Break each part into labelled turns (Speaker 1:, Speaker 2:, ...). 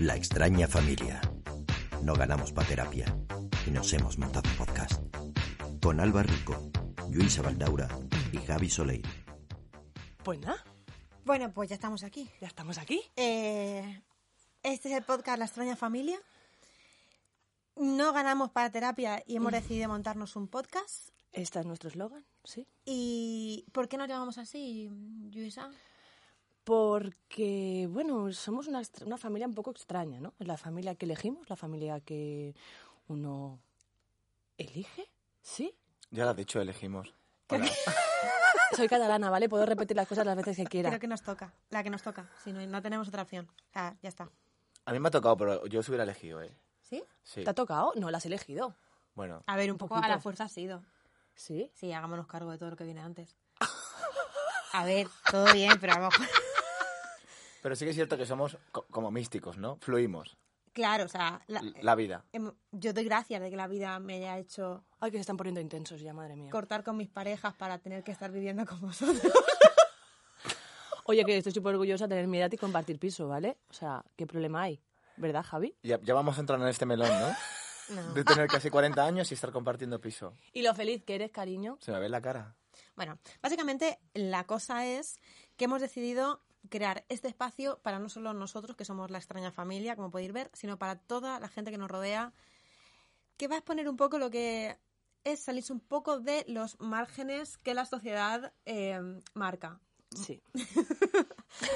Speaker 1: La extraña familia. No ganamos pa' terapia y nos hemos montado un podcast. Con Alba Rico, Luisa Valdaura y Gaby Soleil.
Speaker 2: Pues nada,
Speaker 3: Bueno, pues ya estamos aquí.
Speaker 2: ya estamos aquí.
Speaker 3: Eh, este es el podcast La extraña familia. No ganamos para terapia y hemos decidido montarnos un podcast.
Speaker 2: Este es nuestro eslogan, sí.
Speaker 3: ¿Y por qué nos llamamos así, Luisa?
Speaker 2: Porque, bueno, somos una, extra- una familia un poco extraña, ¿no? Es la familia que elegimos, la familia que uno elige, ¿sí?
Speaker 4: Ya lo has dicho, elegimos. Hola.
Speaker 2: Soy catalana, ¿vale? Puedo repetir las cosas las veces que quiera.
Speaker 3: Creo que nos toca. La que nos toca. Si no, no tenemos otra opción. O sea, ya está.
Speaker 4: A mí me ha tocado, pero yo os hubiera elegido, ¿eh?
Speaker 3: ¿Sí?
Speaker 4: Sí.
Speaker 2: ¿Te ha tocado? No, las has elegido.
Speaker 4: Bueno,
Speaker 3: A ver, un
Speaker 2: Un
Speaker 3: poco
Speaker 2: poquito.
Speaker 3: a la fuerza ha sido.
Speaker 2: Sí.
Speaker 3: Sí, hagámonos cargo de todo lo que viene antes. A ver, todo bien, pero a lo mejor...
Speaker 4: pero sí que es cierto que somos co- como místicos, ¿no? Fluimos
Speaker 3: Claro, o sea, la-
Speaker 4: l- la vida.
Speaker 3: em- yo doy gracias de que la vida me haya hecho
Speaker 2: Ay, que se están poniendo intensos ya, madre mía.
Speaker 3: cortar con mis parejas para tener que estar viviendo con vosotros.
Speaker 2: Oye, que estoy súper orgullosa de tener mi edad y compartir piso, ¿vale? O sea, ¿qué problema hay? ¿Verdad, Javi?
Speaker 4: Ya, ya vamos a entrar en este melón, ¿no? De tener casi 40 años y estar compartiendo piso.
Speaker 2: Y lo feliz que eres, cariño.
Speaker 4: Se me ve la cara.
Speaker 3: Bueno, básicamente la cosa es que hemos decidido crear este espacio para no solo nosotros, que somos la extraña familia, como podéis ver, sino para toda la gente que nos rodea, que va a exponer un poco lo que es salirse un poco de los márgenes que la sociedad eh, marca.
Speaker 2: Sí.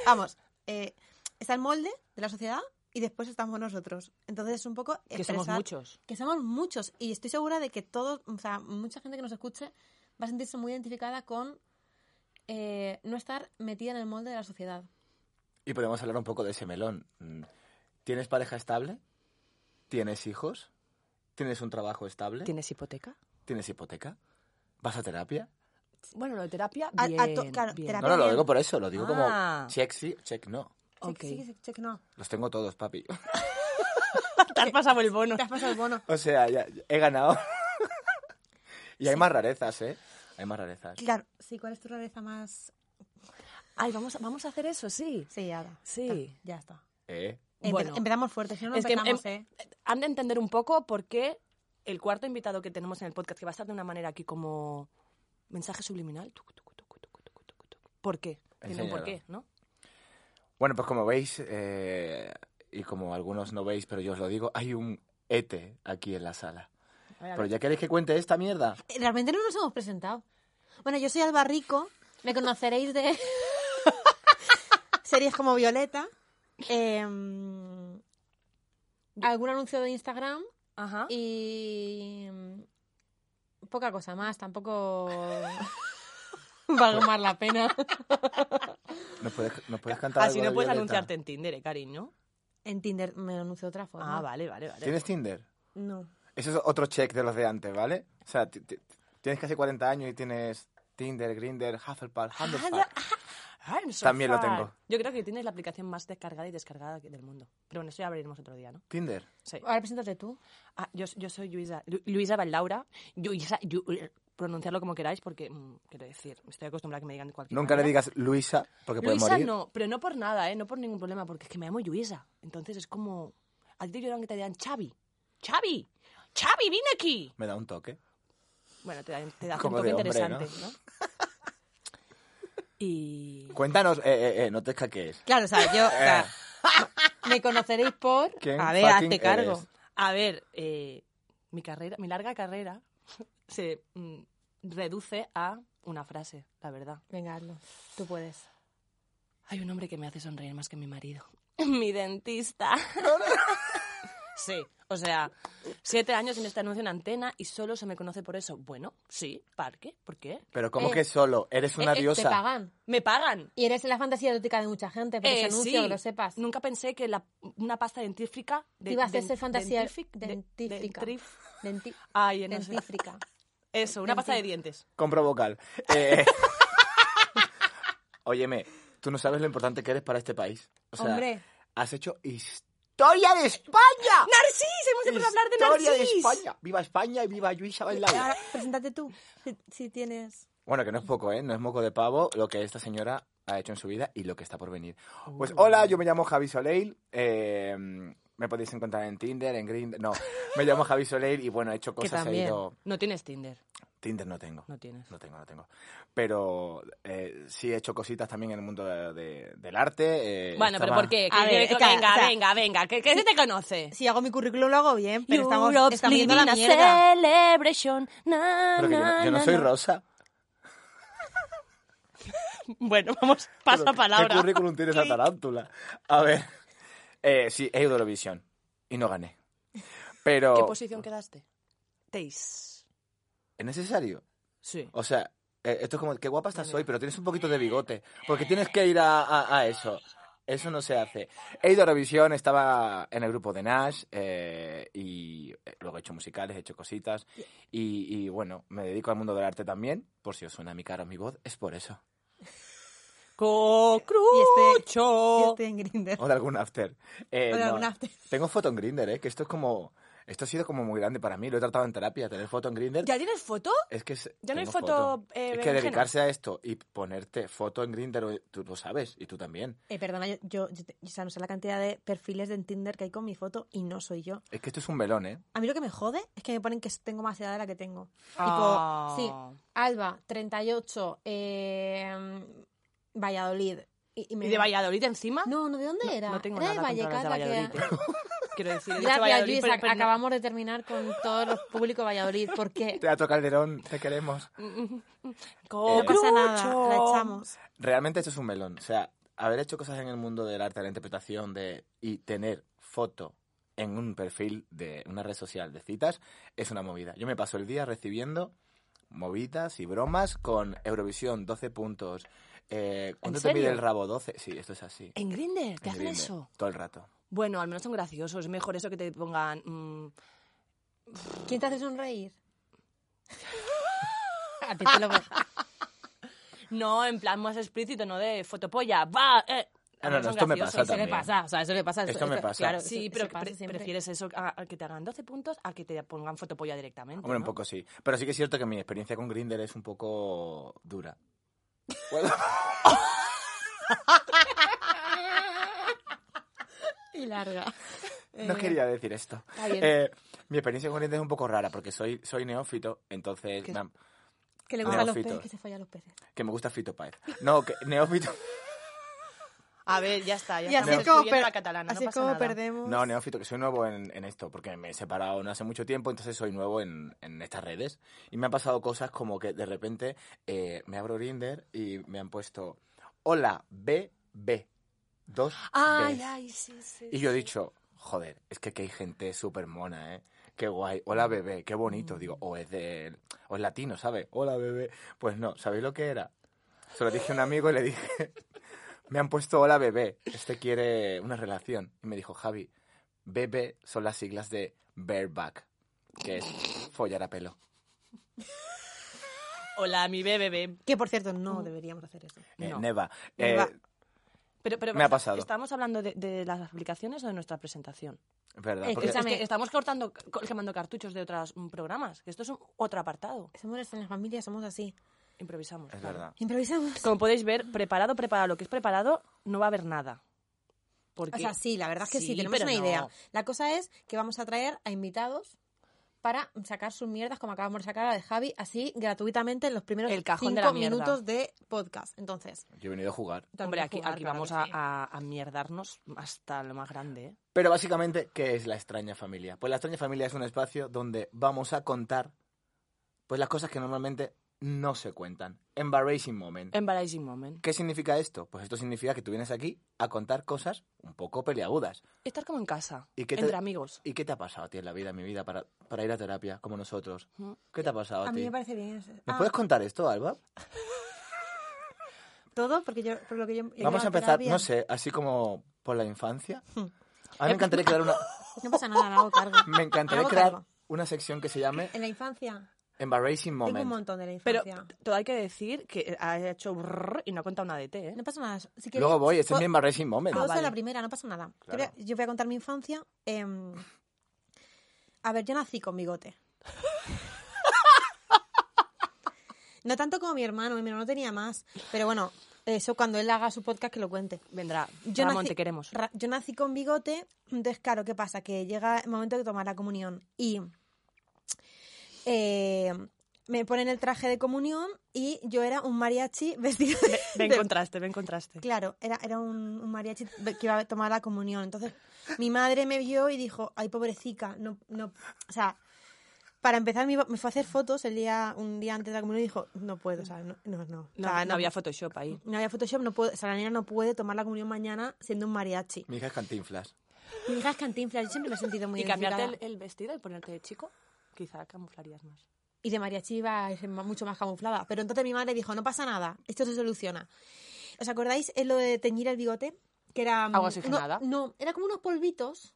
Speaker 3: Vamos, eh, está el molde de la sociedad y después estamos nosotros. Entonces es un poco
Speaker 2: Que somos
Speaker 3: expresar-
Speaker 2: muchos.
Speaker 3: que somos muchos y estoy segura de que todos, o sea, mucha gente que nos escuche va a sentirse muy identificada con eh, no estar metida en el molde de la sociedad.
Speaker 4: Y podemos hablar un poco de ese melón. Mm. ¿Tienes pareja estable? ¿Tienes hijos? ¿Tienes un trabajo estable?
Speaker 2: ¿Tienes hipoteca?
Speaker 4: ¿Tienes hipoteca? ¿Vas a terapia?
Speaker 2: Bueno, lo de terapia,
Speaker 3: A- a
Speaker 2: bien,
Speaker 3: to- claro,
Speaker 2: bien.
Speaker 3: terapia.
Speaker 4: No, no, lo
Speaker 3: bien.
Speaker 4: digo por eso. Lo digo
Speaker 2: Ah.
Speaker 4: como check sí, check no.
Speaker 3: Check,
Speaker 2: Ok.
Speaker 3: sí, sí, check, no.
Speaker 4: Los tengo todos, papi.
Speaker 2: Te has pasado el bono.
Speaker 3: Te has pasado el bono.
Speaker 4: O sea, ya- ya he ganado. y hay más rarezas, ¿eh? Hay más rarezas.
Speaker 3: Claro, sí, ¿cuál es tu rareza más...?
Speaker 2: Ay, vamos a, vamos a hacer eso, sí.
Speaker 3: Sí, ahora.
Speaker 2: Sí.
Speaker 3: Ya está.
Speaker 4: ¿Eh?
Speaker 3: Empe-
Speaker 2: Bueno.
Speaker 3: empezamos fuerte, si no, no
Speaker 2: Es que,
Speaker 3: empezamos,
Speaker 2: em-
Speaker 3: ¿eh?
Speaker 2: Han de entender un poco por qué el cuarto invitado que tenemos en el podcast, que va a estar de una manera aquí como mensaje subliminal. tuc, tuc, tuc, tuc, tuc, tuc, tuc. ¿Por qué? Tiene un
Speaker 4: Enséñalo.
Speaker 2: por qué, ¿no?
Speaker 4: Bueno, pues como veis, eh, y como algunos no veis, pero yo os lo digo, hay un ETE aquí en la sala. Pero ya queréis que cuente esta mierda.
Speaker 3: Eh, Realmente no nos hemos presentado. Bueno, yo soy Alba Rico, me conoceréis de series como Violeta, eh, algún anuncio de Instagram
Speaker 2: Ajá.
Speaker 3: y mm, poca cosa más, tampoco valgo más la pena.
Speaker 4: ¿Nos puedes, nos puedes cantar
Speaker 2: Así
Speaker 4: algo
Speaker 2: Ah, no puedes
Speaker 4: de Violeta?
Speaker 2: anunciarte en Tinder, eh, cariño.
Speaker 3: En Tinder me anuncio otra forma.
Speaker 2: Ah, vale, vale, vale.
Speaker 4: ¿Tienes Tinder?
Speaker 3: No.
Speaker 4: Eso es otro check de los de antes, ¿vale? O sea, ti- ti- tienes casi 40 años y tienes Tinder, Grinder, Hufflepuff,
Speaker 2: Ah,
Speaker 4: Handlepuff.
Speaker 2: I'm so
Speaker 4: También lo
Speaker 2: fat.
Speaker 4: tengo.
Speaker 2: Yo creo que tienes la aplicación más descargada y descargada que- del mundo. Pero bueno, eso ya abriremos otro día, ¿no?
Speaker 4: Tinder.
Speaker 2: Sí.
Speaker 3: Ahora preséntate tú.
Speaker 2: Ah, yo, yo soy Luisa, Lu- Luisa Valdaura. Luisa, Yu- pronunciarlo como queráis porque, mm, quiero decir, estoy acostumbrada a que me digan de cualquier
Speaker 4: Nunca le
Speaker 2: manera.
Speaker 4: digas Luisa, porque puede
Speaker 2: Ah. Luisa
Speaker 4: morir.
Speaker 2: no, pero no por nada, ¿eh? No por ningún problema, porque es que me llamo Luisa. Entonces es como... A ti te lloran que te digan Xavi. ¡Xavi! ¡Xavi, vine aquí!
Speaker 4: Me da un toque.
Speaker 2: Bueno, te da, te da
Speaker 4: Como
Speaker 2: un toque
Speaker 4: de hombre,
Speaker 2: interesante, ¿no? y...
Speaker 4: Cuéntanos, eh, eh, eh, no te escaquees.
Speaker 3: Claro, o sea, yo o sea,
Speaker 4: Eh.
Speaker 3: me conoceréis por...
Speaker 4: ¿Quién
Speaker 3: a ver, hazte
Speaker 4: fucking
Speaker 3: cargo.
Speaker 4: eres?
Speaker 2: A ver, eh, mi carrera, mi larga carrera se mm, reduce a una frase, la verdad.
Speaker 3: Venga, hazlo. Tú puedes.
Speaker 2: Hay un hombre que me hace sonreír más que mi marido. Mi dentista. sí, o sea, siete años sin este anuncio en antena y solo se me conoce por eso. Bueno, sí, parque, ¿por qué?
Speaker 4: Pero ¿cómo
Speaker 3: Eh,
Speaker 4: que solo? Eres una
Speaker 3: Eh, eh,
Speaker 4: diosa.
Speaker 3: Te pagan.
Speaker 2: Me pagan.
Speaker 3: Y eres la fantasía erótica de mucha gente, por
Speaker 2: Eh,
Speaker 3: ese anuncio,
Speaker 2: sí.
Speaker 3: que lo sepas.
Speaker 2: Nunca pensé que la- una pasta dentífrica... de-
Speaker 3: Iba a hacerse
Speaker 2: den-
Speaker 3: fantasía
Speaker 2: dentífic- de-
Speaker 3: dentífrica.
Speaker 2: dentrif-
Speaker 3: Denti-
Speaker 2: Ay, no sé.
Speaker 3: dentífrica.
Speaker 2: Eso, una pasta de dientes.
Speaker 4: Compro vocal. Eh, óyeme, tú no sabes lo importante que eres para este país. O sea,
Speaker 3: Hombre.
Speaker 4: has hecho historia de España.
Speaker 2: ¡Narcís! Hemos empezado a hablar de Narcís.
Speaker 4: Historia de España. Viva España y viva Luisa Bailaura.
Speaker 3: Ahora, preséntate tú, si, si tienes...
Speaker 4: Bueno, que no es poco, ¿eh? No es moco de pavo lo que esta señora ha hecho en su vida y lo que está por venir. Pues
Speaker 3: Uh.
Speaker 4: hola, yo me llamo Javi Soleil. eh, me podéis encontrar en Tinder, en Grindr. No, me llamo Javi Soleil y bueno, he hecho cosas. He
Speaker 3: también.
Speaker 4: ido...
Speaker 2: No tienes Tinder.
Speaker 4: Tinder no tengo.
Speaker 2: No tienes.
Speaker 4: No tengo, no tengo. Pero eh, sí he hecho cositas también en el mundo de- de- del arte. eh,
Speaker 2: Bueno, pero
Speaker 4: estaba-
Speaker 2: ¿por qué?
Speaker 3: A
Speaker 2: Que-
Speaker 3: ver,
Speaker 2: que-
Speaker 3: es que,
Speaker 2: venga,
Speaker 3: o sea-
Speaker 2: venga, venga, que, que se te conoce.
Speaker 3: Si hago mi currículum lo hago bien, pero estamos,
Speaker 2: Europe's
Speaker 3: estamos yendo a la
Speaker 2: leading
Speaker 3: mierda.
Speaker 2: celebration. Na,
Speaker 4: Pero que yo, no,
Speaker 2: na,
Speaker 4: yo no
Speaker 2: na,
Speaker 4: soy
Speaker 2: na.
Speaker 4: Rosa.
Speaker 2: Bueno, vamos, pasa
Speaker 4: Pero, ¿Qué
Speaker 2: palabra.
Speaker 4: currículum tiene esa tarántula? A ver. Eh, sí, he ido a Eurovisión y no gané. Pero...
Speaker 2: ¿Qué posición quedaste? Teis.
Speaker 4: ¿Es necesario?
Speaker 2: Sí.
Speaker 4: O sea, eh, esto es como, qué guapa estás hoy, pero tienes un poquito de bigote. Porque tienes que ir a, a- a eso. Eso no se hace. He ido a Eurovisión, estaba en el grupo de Nash eh, y eh, luego he hecho musicales, he hecho cositas. Y, y, bueno, me dedico al mundo del arte también. Por si os suena mi cara o mi voz, es por eso.
Speaker 3: Y este.
Speaker 2: Cocrucho.
Speaker 3: estoy en Grindr.
Speaker 4: O de algún after. Eh,
Speaker 3: O de
Speaker 4: no,
Speaker 3: algún after.
Speaker 4: Tengo foto en Grinder, ¿eh? Que esto es como... Esto ha sido como muy grande para mí. Lo he tratado en terapia, tener foto en Grinder.
Speaker 2: ¿Ya tienes foto?
Speaker 4: Es que es-
Speaker 2: Ya no hay
Speaker 4: tengo
Speaker 2: foto, eh,
Speaker 4: es que
Speaker 2: berenjena.
Speaker 4: dedicarse a esto y ponerte foto en Grindr, tú lo sabes, y tú también.
Speaker 3: Eh, perdona, yo, yo, yo te- o sea, no sé la cantidad de perfiles de Tinder que hay con mi foto y no soy yo.
Speaker 4: Es que esto es un melón, ¿eh?
Speaker 3: A mí lo que me jode es que me ponen que tengo más edad de la que tengo.
Speaker 2: Ah.
Speaker 3: Tipo, sí, Alba, 38, eh, Valladolid. Y, y me-
Speaker 2: ¿Y de Valladolid encima?
Speaker 3: No, no, ¿de dónde era?
Speaker 2: no tengo
Speaker 3: era
Speaker 2: nada
Speaker 3: de eh.
Speaker 2: contra
Speaker 3: Vallecas
Speaker 2: las de
Speaker 3: la que-
Speaker 2: Valladolid. Quiero decir, he dicho
Speaker 3: Gracias,
Speaker 2: Valladolid,
Speaker 3: Luis.
Speaker 2: pero-
Speaker 3: ac-
Speaker 2: pero no-
Speaker 3: acabamos de terminar con todo el público de Valladolid porque
Speaker 4: Teatro Calderón, te queremos.
Speaker 2: Eh,
Speaker 3: no pasa nada, la
Speaker 2: Cocrucho.
Speaker 3: echamos.
Speaker 4: Realmente esto es un melón. O sea, haber hecho cosas en el mundo del arte, de la interpretación de y tener foto en un perfil de una red social de citas es una movida. Yo me paso el día recibiendo movidas y bromas con Eurovisión 12 puntos. Eh, ¿Cuánto te
Speaker 2: serio?
Speaker 4: pide el rabo? 12. Sí, esto es así.
Speaker 2: ¿En Grindr? ¿Te
Speaker 4: En
Speaker 2: hacen
Speaker 4: Grindr,
Speaker 2: eso?
Speaker 4: Todo el rato.
Speaker 2: Bueno, al menos son graciosos. Es mejor eso que te pongan... mm,
Speaker 3: ¿Quién te hace sonreír? A ti te lo-
Speaker 2: no, en plan más explícito, no de fotopolla. ¡Va! Eh.
Speaker 4: Ah,
Speaker 2: Al
Speaker 4: no,
Speaker 2: menos
Speaker 4: no,
Speaker 2: son
Speaker 4: esto me
Speaker 2: graciosos.
Speaker 4: pasa
Speaker 3: Eso le
Speaker 4: también.
Speaker 3: pasa, o sea, eso le pasa.
Speaker 4: Esto me pasa.
Speaker 3: Claro,
Speaker 2: Sí,
Speaker 3: eso-
Speaker 2: pero
Speaker 3: eso pasa
Speaker 2: pre-
Speaker 3: siempre.
Speaker 2: prefieres eso a, a que te hagan 12 puntos a que te pongan fotopolla directamente.
Speaker 4: Hombre, un
Speaker 2: ¿no?
Speaker 4: poco sí. Pero sí que es cierto que mi experiencia con Grindr es un poco dura. Bueno,
Speaker 3: Y larga.
Speaker 4: no quería decir esto.
Speaker 3: Está eh, bien.
Speaker 4: Eh, mi experiencia con Grindr es un poco rara porque soy, soy neófito, entonces...
Speaker 3: ¿Qué?
Speaker 4: na-
Speaker 3: que le gustan los
Speaker 4: neófito.
Speaker 3: peces, que se follan los peces.
Speaker 4: que me gusta Fito Páez. No, que neófito...
Speaker 2: A ver, ya está. Ya
Speaker 3: Y así
Speaker 2: estamos
Speaker 3: es como,
Speaker 2: destruyendo
Speaker 3: per-
Speaker 2: la catalana,
Speaker 3: así
Speaker 2: no
Speaker 3: es
Speaker 2: pasa
Speaker 3: como
Speaker 2: nada.
Speaker 3: perdemos.
Speaker 4: No, neófito, que soy nuevo en, en esto, porque me he separado no hace mucho tiempo, entonces soy nuevo en, en estas redes. Y me han pasado cosas como que de repente eh, me abro Grindr y me han puesto... Hola, B, B. Dos
Speaker 2: Ay,
Speaker 3: Ah,
Speaker 4: Bs".
Speaker 2: ay, sí, sí.
Speaker 4: Y yo he dicho, joder, es que aquí hay gente súper mona, ¿eh? Qué guay. Hola, bebé, qué
Speaker 3: Mm.
Speaker 4: bonito. Digo, o es de... O es latino, ¿sabes? Hola, bebé. Pues no, ¿sabéis lo que era? Se lo dije a un amigo y le dije, me han puesto hola, bebé. Este quiere una relación. Y me dijo, Javi, bebé son las siglas de bareback, que es follar a pelo.
Speaker 2: Hola, mi bebé.
Speaker 3: Que por cierto, no deberíamos hacer eso.
Speaker 4: Eh,
Speaker 2: No.
Speaker 4: Neva. eh,
Speaker 3: Neva.
Speaker 2: Pero, pero
Speaker 4: Me ha pasado.
Speaker 2: ¿Estamos hablando de, de las aplicaciones o de nuestra presentación?
Speaker 4: verdad,
Speaker 3: Eh,
Speaker 4: porque-
Speaker 2: Es
Speaker 3: Escúchame.
Speaker 2: que estamos cortando, co- quemando cartuchos de otros mm, programas. que Esto es un- otro apartado.
Speaker 3: Somos nuestras familias, somos así.
Speaker 2: Improvisamos.
Speaker 4: es
Speaker 2: claro.
Speaker 4: verdad.
Speaker 3: Improvisamos.
Speaker 2: Como podéis ver, preparado, preparado. Lo que es preparado, no va a haber nada. Porque...
Speaker 3: O sea, sí, la verdad es que sí,
Speaker 2: Sí,
Speaker 3: tenemos
Speaker 2: pero
Speaker 3: una idea.
Speaker 2: no.
Speaker 3: La cosa es que vamos a traer a invitados para sacar sus mierdas, como acabamos de sacar a la de Javi, así gratuitamente en los primeros
Speaker 2: El cajón de
Speaker 3: cinco
Speaker 2: la mierda.
Speaker 3: minutos de podcast. Entonces,
Speaker 4: Yo he venido a jugar.
Speaker 2: Hombre, aquí,
Speaker 3: jugar,
Speaker 2: aquí
Speaker 3: claro
Speaker 2: vamos
Speaker 3: que
Speaker 2: a,
Speaker 3: sí.
Speaker 2: a- a mierdarnos hasta lo más grande. ¿eh?
Speaker 4: Pero básicamente, ¿qué es la extraña familia? Pues la extraña familia es un espacio donde vamos a contar pues las cosas que normalmente no se cuentan. Embarrassing moment.
Speaker 2: Embarrassing moment.
Speaker 4: ¿Qué significa esto? Pues esto significa que tú vienes aquí a contar cosas un poco peleagudas.
Speaker 2: Estar como en casa,
Speaker 4: ¿Y qué te-
Speaker 2: entre amigos.
Speaker 4: ¿Y qué te ha pasado a ti en la vida, en mi vida, para, para ir a terapia como nosotros?
Speaker 2: Ujú.
Speaker 4: ¿Qué te ha pasado a,
Speaker 3: A
Speaker 4: ti?
Speaker 3: mí me parece bien. ese-
Speaker 4: ¿Nos
Speaker 3: Ah,
Speaker 4: puedes contar esto, Alba?
Speaker 3: todo porque yo, por lo que yo. he
Speaker 4: Vamos
Speaker 3: ido
Speaker 4: a empezar,
Speaker 3: terapia.
Speaker 4: no sé, así como por la infancia. A mí
Speaker 3: Em-
Speaker 4: me encantaría crear una,
Speaker 3: No pasa nada, me hago cargo.
Speaker 4: me encantaría
Speaker 3: Algo
Speaker 4: crear
Speaker 3: calvo.
Speaker 4: una sección que se llame
Speaker 3: En la infancia.
Speaker 4: Embarrassing
Speaker 3: Tengo un
Speaker 4: moment.
Speaker 3: montón de la infancia.
Speaker 2: Pero t- todo hay que decir que ha hecho brrr y no ha contado nada de té. ¿eh?
Speaker 3: No pasa nada. Si quieres,
Speaker 4: Luego voy, este es
Speaker 3: puedo-
Speaker 4: mi embarrassing moment.
Speaker 3: Puedo
Speaker 2: Ah,
Speaker 3: ser
Speaker 2: vale.
Speaker 3: la primera, no pasa nada. Yo
Speaker 4: Claro.
Speaker 3: voy a- Yo voy a contar mi infancia. em, a ver, yo nací con bigote. No tanto como mi hermano, mi hermano tenía más. Pero bueno, Eso cuando él haga su podcast que lo cuente.
Speaker 2: Vendrá.
Speaker 3: Yo
Speaker 2: Ramón,
Speaker 3: nací-
Speaker 2: te queremos.
Speaker 3: Ra- yo nací con bigote, entonces claro, ¿qué pasa? Que llega el momento de tomar la comunión y eh, me ponen el traje de comunión y yo era un mariachi vestido de...
Speaker 2: Ven
Speaker 3: de-
Speaker 2: contraste, ven contraste.
Speaker 3: Claro, era, era un, un mariachi que iba a tomar la comunión. Entonces mi madre me vio y dijo, ay, pobrecita, no, no, o sea... Para empezar, me, iba- me fue a hacer fotos el día, un día antes de la comunión y dijo, no puedo, o sea, no, no, no. pues, O
Speaker 2: No,
Speaker 3: sea,
Speaker 2: no había Photoshop ahí.
Speaker 3: no había Photoshop, no puedo, o sea, la nena no puede tomar la comunión mañana siendo un mariachi.
Speaker 4: Mi hija es cantinflas.
Speaker 3: Mi hija es cantinflas, yo siempre me he sentido muy
Speaker 2: y cambiarte el,
Speaker 3: identificada.
Speaker 2: el vestido y ponerte de chico, quizá camuflarías más.
Speaker 3: Y de mariachi iba a ser ma- mucho más camuflada. Pero entonces mi madre dijo, no pasa nada, esto se soluciona. ¿Os acordáis es lo de teñir el bigote? Que era... mm,
Speaker 2: Agua oxigenada.
Speaker 3: No, no, era como unos polvitos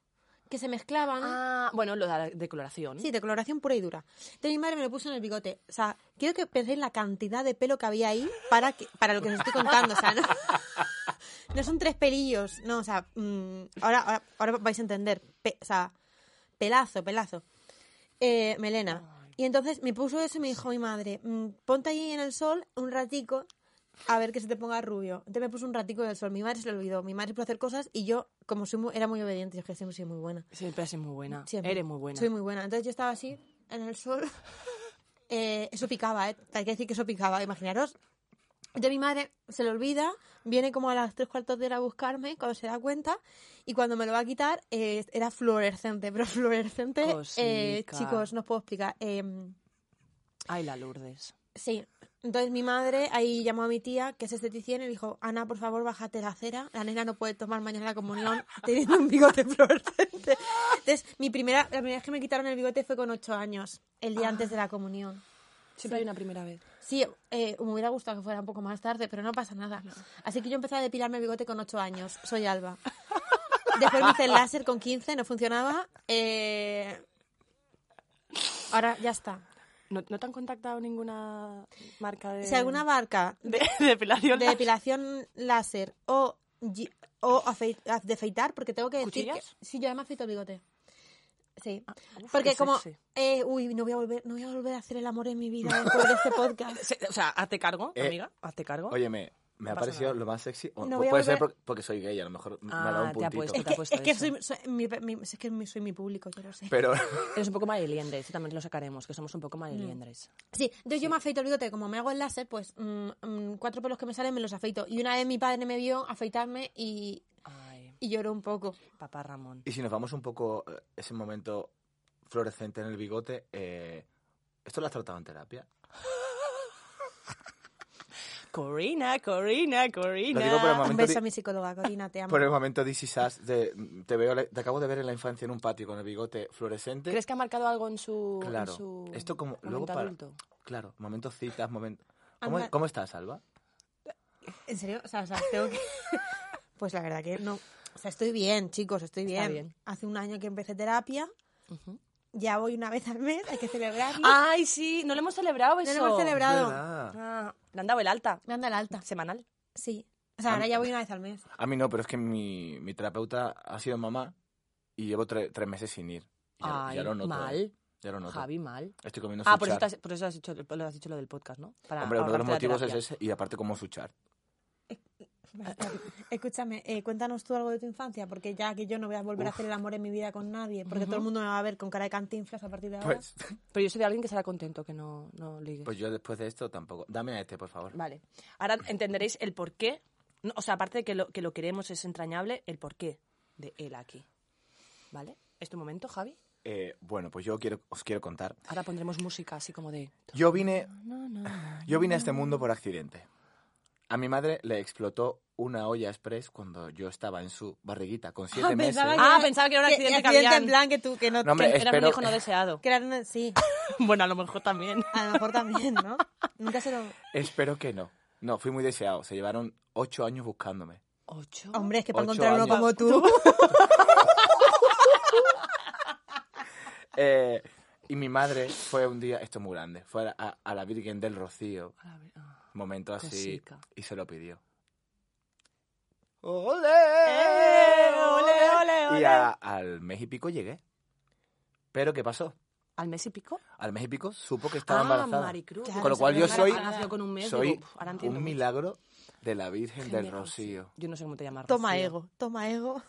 Speaker 3: que se mezclaban.
Speaker 2: Ah, bueno, lo de la decoloración.
Speaker 3: Sí, de coloración pura y dura. Entonces mi madre me lo puso en el bigote. O sea, quiero que penséis la cantidad de pelo que había ahí para, que, para lo que os estoy contando. O sea, no, no son tres pelillos. No, o sea, mm, ahora, ahora, ahora vais a entender. Pe- o sea, pelazo, pelazo. Eh, melena. Y entonces me puso eso y me dijo mi madre, mm, ponte ahí en el sol un ratico a ver que se te ponga rubio. Entonces me puso un ratico en el sol. Mi madre se lo olvidó. Mi madre pudo hacer cosas y yo, como soy muy- era muy obediente, yo es que siempre soy muy buena.
Speaker 2: Siempre has sido muy buena.
Speaker 3: Siempre.
Speaker 2: Eres muy buena.
Speaker 3: Soy muy buena. Entonces yo estaba así, en el sol. Eh, eso picaba, ¿eh? Hay que decir que eso picaba, imaginaros. De mi madre se le olvida, viene como a las tres cuartos de hora a buscarme cuando se da cuenta y cuando me lo va a quitar eh, era fluorescente, pero fluorescente, eh,
Speaker 2: Cosica.
Speaker 3: chicos, no os puedo explicar. Eh,
Speaker 2: Ay, la Lourdes.
Speaker 3: sí, entonces mi madre ahí llamó a mi tía, que es esteticiana, y dijo, Ana, por favor, bájate la cera, la nena no puede tomar mañana la comunión teniendo un bigote fluorescente. Entonces, mi primera, la primera vez que me quitaron el bigote fue con ocho años, el día antes de la comunión.
Speaker 2: Siempre hay una primera vez.
Speaker 3: Sí, eh, me hubiera gustado que fuera un poco más tarde, pero no pasa nada. Así que yo empecé a depilarme el bigote con 8 años. Soy Alba. Después me hice el láser con 15, no funcionaba. eh, Ahora ya está.
Speaker 2: ¿No, no te han contactado ninguna marca de...
Speaker 3: Si alguna barca
Speaker 2: De, de depilación.
Speaker 3: de depilación láser o, gi- o afei- af- de afeitar, porque tengo que decir que...
Speaker 2: ¿Cuchillas? Ah,
Speaker 3: Sí, yo ya me afeito el bigote. Sí.
Speaker 2: uf,
Speaker 3: porque
Speaker 2: qué
Speaker 3: como...
Speaker 2: sexy.
Speaker 3: eh, uy, no voy, a volver, no voy a volver a hacer el amor en mi vida después de este podcast.
Speaker 2: Se- O sea, hazte cargo,
Speaker 4: Eh,
Speaker 2: amiga. Hazte cargo.
Speaker 4: Óyeme, me ha
Speaker 2: pasa
Speaker 4: parecido
Speaker 2: nada.
Speaker 4: lo más sexy. O-
Speaker 3: No
Speaker 4: o
Speaker 3: voy a
Speaker 4: puede ser
Speaker 3: volver-
Speaker 4: por- porque soy gay, a lo mejor me
Speaker 2: Ah,
Speaker 4: ha dado un
Speaker 2: te ha
Speaker 4: puntito.
Speaker 2: puesto-
Speaker 3: Es
Speaker 2: te ha
Speaker 3: que, es que,
Speaker 2: eso.
Speaker 3: soy, soy- mi, mi- es que mi- soy mi público, yo lo sé.
Speaker 4: Pero
Speaker 2: Eres un poco mariliendre, eso también lo sacaremos, que somos un poco
Speaker 3: Mm.
Speaker 2: mariliendres.
Speaker 3: Sí, entonces yo me afeito el bigote, como me hago el láser, pues mm, mm, cuatro pelos que me salen me los afeito. Y una vez mi padre me vio afeitarme y,
Speaker 2: Ay,
Speaker 3: y lloró un poco.
Speaker 2: papá Ramón.
Speaker 4: y si nos vamos un poco eh, ese momento fluorescente en el bigote, eh, ¿esto lo has tratado en terapia?
Speaker 2: Corina, Corina, Corina.
Speaker 4: Lo digo por el
Speaker 3: Un
Speaker 4: momento
Speaker 3: beso
Speaker 4: di-
Speaker 3: a mi psicóloga, Corina, te amo.
Speaker 4: Por el momento This Is Us de te veo te acabo de ver en la infancia en un patio con el bigote fluorescente.
Speaker 2: ¿Crees que ha marcado algo en su, en
Speaker 4: Claro.
Speaker 2: su
Speaker 4: Esto como
Speaker 2: momento
Speaker 4: luego para-
Speaker 2: adulto?
Speaker 4: Claro, momentos citas, momentos ¿Cómo,
Speaker 3: Anda.
Speaker 4: cómo estás, Alba?
Speaker 3: ¿En serio? O sea, o sea, tengo que... pues la verdad que no. O sea, estoy bien, chicos, estoy
Speaker 2: Está
Speaker 3: bien.
Speaker 2: bien.
Speaker 3: Hace un año que empecé terapia,
Speaker 2: Ujú. Ah,
Speaker 3: ya voy una vez al mes, hay que celebrarlo.
Speaker 2: Ay, sí, no lo hemos celebrado
Speaker 3: no
Speaker 2: eso.
Speaker 3: lo hemos celebrado.
Speaker 4: ¿Verdad?
Speaker 2: Ah, le han dado el alta, Ah.
Speaker 3: Me anda el alta,
Speaker 2: semanal.
Speaker 3: sí. O sea, ahora ya voy una vez al mes.
Speaker 4: A mí no, pero es que mi, mi terapeuta ha sido mamá y llevo tre- tres meses sin ir. Ya, lo-
Speaker 2: Ay,
Speaker 4: ya lo noto.
Speaker 2: mal,
Speaker 4: eh, Ya lo noto.
Speaker 2: Javi, mal.
Speaker 4: Estoy comiendo
Speaker 2: Ah,
Speaker 4: suchar.
Speaker 2: por eso, te has, por eso has, hecho, lo has dicho lo del podcast, ¿no? Para
Speaker 4: Hombre, uno de los
Speaker 2: ahorrarte la
Speaker 4: motivos es
Speaker 2: terapia.
Speaker 4: ese y aparte como suchar.
Speaker 3: Basta. Escúchame, eh, cuéntanos tú algo de tu infancia, porque ya que yo no voy a volver a hacer el amor en mi vida con nadie, porque todo el mundo me va a ver con cara de cantinflas a
Speaker 2: Ah,
Speaker 3: partir de ahora.
Speaker 4: Pues,
Speaker 2: Pero yo soy de alguien que estará contento que no, no ligue.
Speaker 4: pues yo después de esto tampoco. Dame a este, por favor.
Speaker 2: Vale. Ahora entenderéis el por qué. No, o sea, aparte de que lo, que lo queremos es entrañable, el por qué de él aquí. ¿Vale? ¿Es tu momento, Javi?
Speaker 4: Eh, bueno, pues yo quiero, os quiero contar.
Speaker 2: Ahora pondremos música así como de...
Speaker 4: Yo vine
Speaker 2: No, no, no.
Speaker 4: Yo vine a este mundo por accidente. A mi madre le explotó una olla express cuando yo estaba en su barriguita con siete meses.
Speaker 3: pensaba
Speaker 2: Ah, pensaba que era un accidente que habían.
Speaker 3: en plan que tú, que no...
Speaker 4: No, hombre,
Speaker 3: que-
Speaker 4: es-
Speaker 2: Eras un
Speaker 4: espero-
Speaker 2: hijo no deseado.
Speaker 3: que era una- sí,
Speaker 2: Bueno, a lo mejor también.
Speaker 3: a lo mejor también, ¿no? Nunca se lo...
Speaker 4: Espero que no. No, fui muy deseado. Se llevaron ocho años buscándome.
Speaker 2: ¿Ocho?
Speaker 3: Hombre, es que para
Speaker 4: Ocho
Speaker 3: encontrar uno
Speaker 4: años.
Speaker 3: como tú...
Speaker 4: Eh, y mi madre fue un día, esto es muy grande, fue a, a- a la Virgen del Rocío,
Speaker 2: A la ver- ah.
Speaker 4: momento así,
Speaker 2: Cosica.
Speaker 4: y se lo pidió.
Speaker 2: ¡Eh, ole, ole,
Speaker 4: Y
Speaker 2: ole!
Speaker 4: a- al mes y pico llegué. Pero ¿qué pasó?
Speaker 2: ¿Al mes y pico?
Speaker 4: Al mes y pico supo que estaba
Speaker 2: ah,
Speaker 4: embarazada.
Speaker 2: Maricruz.
Speaker 3: Claro,
Speaker 4: Con lo cual yo
Speaker 3: embarazada.
Speaker 4: soy,
Speaker 2: Nació con un mes,
Speaker 4: soy
Speaker 2: digo, "Puf, ahora entiendo
Speaker 4: un
Speaker 2: mucho".
Speaker 4: milagro de la Virgen
Speaker 2: Virgen
Speaker 4: del
Speaker 2: de
Speaker 4: Rocío.
Speaker 2: Yo no sé cómo te llamas.
Speaker 3: Toma
Speaker 2: Rocío.
Speaker 3: ego, toma ego.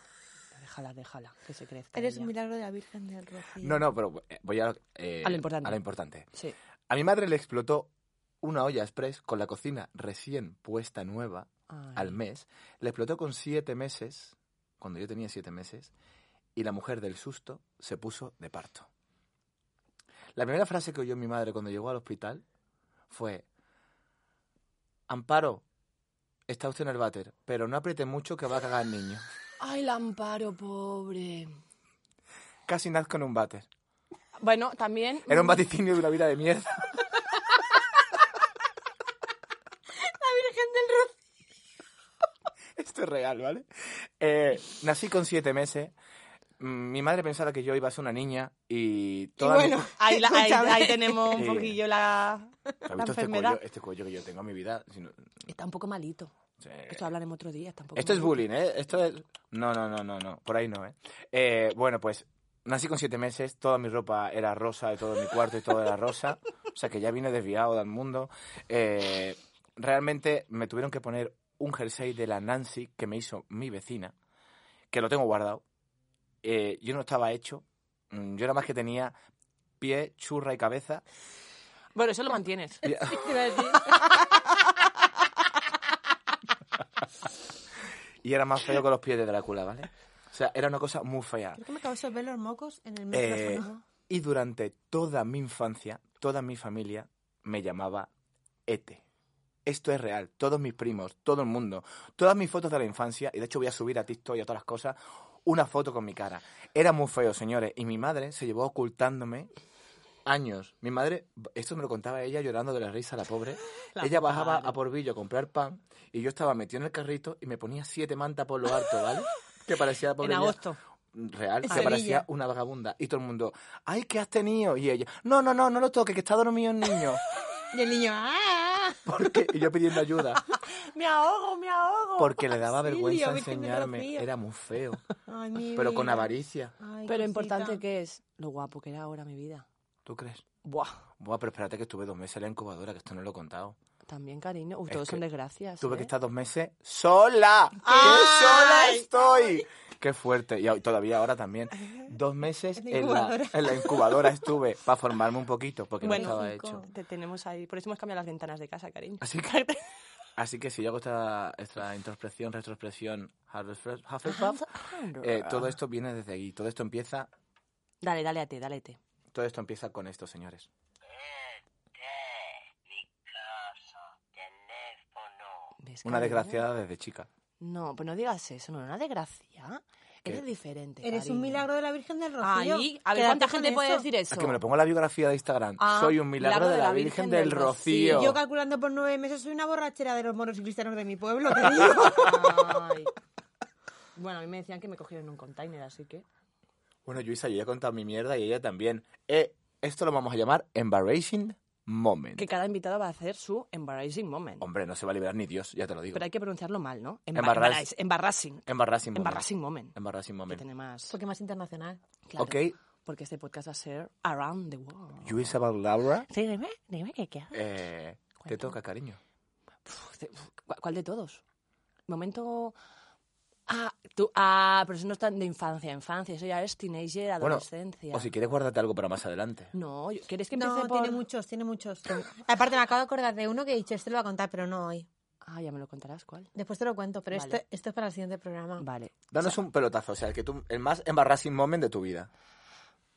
Speaker 2: Déjala, déjala, que se crezca.
Speaker 3: Eres
Speaker 2: ella.
Speaker 3: un milagro de la Virgen del Rocío.
Speaker 4: No, no, pero eh, voy a, eh,
Speaker 2: A lo importante.
Speaker 4: A lo importante.
Speaker 2: Sí.
Speaker 4: A mi madre le explotó una olla express con la cocina recién puesta nueva
Speaker 2: Ay.
Speaker 4: al mes. Le explotó con siete meses, cuando yo tenía siete meses, y la mujer del susto se puso de parto. La primera frase que oyó mi madre cuando llegó al hospital fue, Amparo, está usted en el váter, pero no apriete mucho que va a cagar el niño.
Speaker 2: Ay, el amparo, pobre.
Speaker 4: Casi nazco en un váter.
Speaker 2: Bueno, también.
Speaker 4: Era un vaticinio de una vida de mierda.
Speaker 3: Virgen del Rocío.
Speaker 4: Esto es real, ¿vale? Eh, nací con siete meses. Mm, Mi madre pensaba que yo iba a ser una niña y...
Speaker 3: Y
Speaker 4: toda mi-
Speaker 3: bueno,
Speaker 2: Ahí, la- ahí-
Speaker 3: escúchame.
Speaker 2: ahí tenemos un
Speaker 4: Sí.
Speaker 2: poquillo la.
Speaker 4: ¿Has
Speaker 2: la
Speaker 4: visto este
Speaker 2: enfermedad.
Speaker 4: cuello, este cuello que yo tengo en mi vida? Si no-
Speaker 2: Está un poco malito.
Speaker 4: Sí.
Speaker 2: Esto hablaremos otro día. Está un poco
Speaker 4: Esto es
Speaker 2: malito.
Speaker 4: bullying, ¿eh? Esto es... No, no, no, no, no. Por ahí no, ¿eh? Eh, Bueno, pues nací con siete meses. Toda mi ropa era rosa, y todo mi cuarto y todo era rosa. O sea que ya vine desviado del mundo. Eh, realmente me tuvieron que poner un jersey de la Nancy que me hizo mi vecina, que lo tengo guardado. Eh, yo no estaba hecho. Mm, Yo nada más que tenía pie, churra y cabeza.
Speaker 2: Bueno, eso lo mantienes.
Speaker 4: Y-
Speaker 3: Te iba a decir,
Speaker 4: Y era más feo que los pies de Drácula, ¿vale? O sea, era una cosa muy fea.
Speaker 3: Creo que me acabo de ver los mocos en el
Speaker 4: Eh,
Speaker 3: micrófono.
Speaker 4: y durante toda mi infancia, toda mi familia me llamaba Ete. Esto es real. Todos mis primos, todo el mundo, todas mis fotos de la infancia, y de hecho voy a subir a TikTok y a todas las cosas, una foto con mi cara. Era muy feo, señores. Y mi madre se llevó ocultándome años. Mi madre, esto me lo contaba ella llorando de la risa, la pobre.
Speaker 2: La
Speaker 4: ella bajaba
Speaker 2: pobre.
Speaker 4: a Porvillo a comprar pan y yo estaba metido en el carrito y me ponía siete mantas por lo alto, ¿vale? Que parecía la pobre
Speaker 2: En
Speaker 4: niña-
Speaker 2: agosto.
Speaker 4: real,
Speaker 3: En
Speaker 4: que
Speaker 3: Sevilla.
Speaker 4: parecía una vagabunda. Y todo el mundo, ¡ay, qué has tenido! Y ella, no, no, no, no lo toques, que está dormido el niño.
Speaker 3: Y el niño, ¡ah!
Speaker 4: Porque, y yo pidiendo ayuda,
Speaker 2: Me ahogo, me ahogo.
Speaker 4: porque le daba vergüenza
Speaker 3: Auxilio, Virgen del
Speaker 4: enseñarme.
Speaker 3: Rocío.
Speaker 4: Era muy feo,
Speaker 3: Ay, mi
Speaker 4: pero con
Speaker 3: vida.
Speaker 4: avaricia.
Speaker 3: Ay,
Speaker 2: Pero
Speaker 3: cosita.
Speaker 2: importante que es lo guapo que era ahora mi vida.
Speaker 4: ¿Tú crees?
Speaker 2: Buah.
Speaker 4: Buah, pero espérate que estuve dos meses en la incubadora, que esto no lo he contado.
Speaker 2: También, cariño. Uy,
Speaker 4: Es
Speaker 2: todos
Speaker 4: que
Speaker 2: son
Speaker 3: ¿Ah,
Speaker 2: desgracias.
Speaker 4: Tuve
Speaker 2: ¿eh?
Speaker 4: que estar dos meses sola. ¡Qué sola estoy! ¡Qué fuerte! Y au- todavía ahora también. Dos meses
Speaker 3: En la
Speaker 4: en la,
Speaker 3: incubadora.
Speaker 4: en la incubadora estuve para formarme un poquito, porque
Speaker 2: Bueno,
Speaker 4: no estaba
Speaker 3: Chico.
Speaker 4: hecho.
Speaker 2: Te tenemos ahí. Por eso hemos cambiado las ventanas de casa, cariño.
Speaker 4: Así que, así que si yo hago esta, esta introspección, retrospección, Hufflepuff, Hufflepuff, eh, todo esto viene desde ahí. Todo esto empieza,
Speaker 2: Dale, dale a ti, dale a ti.
Speaker 4: todo esto empieza con esto, señores.
Speaker 2: ¿Ves,
Speaker 4: Una
Speaker 2: cariño?
Speaker 4: desgraciada desde chica.
Speaker 2: No, pues no digas eso, no, una desgracia.
Speaker 4: ¿Qué?
Speaker 2: Eres diferente.
Speaker 3: Eres un
Speaker 2: cariño.
Speaker 3: milagro de la Virgen del Rocío.
Speaker 2: Eh, Ahí, a ver
Speaker 3: Quédate
Speaker 2: cuánta
Speaker 3: con
Speaker 2: gente puede
Speaker 3: eso.
Speaker 2: decir eso.
Speaker 4: Es que me lo pongo en la biografía de Instagram.
Speaker 2: Ah,
Speaker 4: Soy un milagro de la, Virgen del Rocío.
Speaker 2: Yo
Speaker 3: Yo calculando por nueve meses soy una borrachera de los moros y cristianos de mi pueblo, te digo.
Speaker 2: Ay. Bueno, a mí me decían que me cogieron en un container, así que.
Speaker 4: Bueno, Luisa, yo ya he contado mi mierda y ella también. Eh, esto lo vamos a llamar Embarrassing Moment.
Speaker 2: Que cada invitado va a hacer su embarrassing moment.
Speaker 4: Hombre, no se va a liberar ni Dios, ya te lo digo.
Speaker 2: Pero hay que pronunciarlo mal, ¿no? Emba-
Speaker 4: Embarras-
Speaker 2: embarrass- Embarrassing.
Speaker 4: Embarrassing
Speaker 2: Embarrassing moment.
Speaker 4: Moment. Embarrassing
Speaker 2: Que
Speaker 4: Moment.
Speaker 2: tiene más.
Speaker 3: Porque más internacional.
Speaker 2: Claro,
Speaker 4: Ok,
Speaker 2: Porque este podcast va a ser Around the World.
Speaker 4: Luisa Laura,
Speaker 2: Sí, dime, dime qué queda.
Speaker 4: eh, te
Speaker 2: Cuéntame.
Speaker 4: toca, cariño.
Speaker 2: Puf, de- puf, ¿cu- ¿Cuál de todos? Momento. Ah, tú, ah, pero eso no es tan de infancia, infancia, eso ya es teenager,
Speaker 4: Bueno,
Speaker 2: adolescencia.
Speaker 4: O si quieres, guárdate algo para más adelante.
Speaker 2: No, yo- ¿quieres que empiece
Speaker 3: No,
Speaker 2: por...?
Speaker 3: tiene muchos, tiene muchos. Aparte, me acabo de acordar de uno que he dicho, este lo va a contar, pero no hoy.
Speaker 2: Ah, ya me lo contarás, ¿cuál?
Speaker 3: Después te lo cuento, pero
Speaker 2: Vale.
Speaker 3: esto, esto es para el siguiente programa.
Speaker 2: Vale.
Speaker 4: Danos un pelotazo, o sea, el, que tú, el más embarrassing moment de tu vida.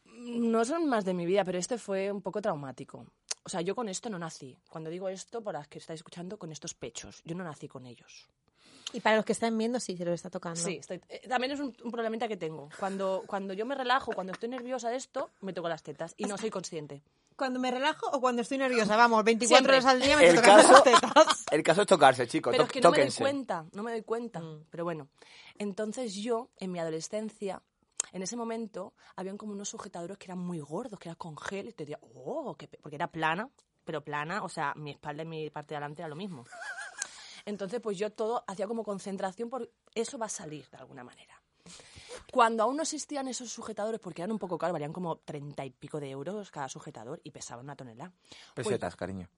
Speaker 2: No son más de mi vida, pero este fue un poco traumático. O sea, yo con esto no nací. Cuando digo esto, para las que estáis escuchando, con estos pechos. Yo no nací con ellos.
Speaker 3: Y para los que están viendo, sí, se lo está tocando.
Speaker 2: Sí, estoy- eh, también es un, un problemita que tengo. Cuando, cuando yo me relajo, cuando estoy nerviosa de esto, me toco las tetas y no soy consciente.
Speaker 3: Cuando me relajo o cuando estoy nerviosa, vamos, 24
Speaker 2: Siempre.
Speaker 3: horas al día me
Speaker 4: El
Speaker 3: estoy tocando
Speaker 4: caso,
Speaker 3: las tetas.
Speaker 4: el caso es tocarse, chicos.
Speaker 2: Pero
Speaker 4: to-
Speaker 2: es que no
Speaker 4: tóquense.
Speaker 2: me doy cuenta, no me doy cuenta. Pero bueno, entonces yo, en mi adolescencia, en ese momento, habían como unos sujetadores que eran muy gordos, que eran con gel, y te decía, oh, qué pe-", porque era plana, pero plana, o sea, mi espalda y mi parte de adelante era lo mismo. Entonces, pues yo todo hacía como concentración por eso va a salir de alguna manera. Cuando aún no existían esos sujetadores, porque eran un poco caros, valían como treinta y pico de euros cada sujetador y pesaban una tonelada. pues-
Speaker 4: Pesetas, cariño.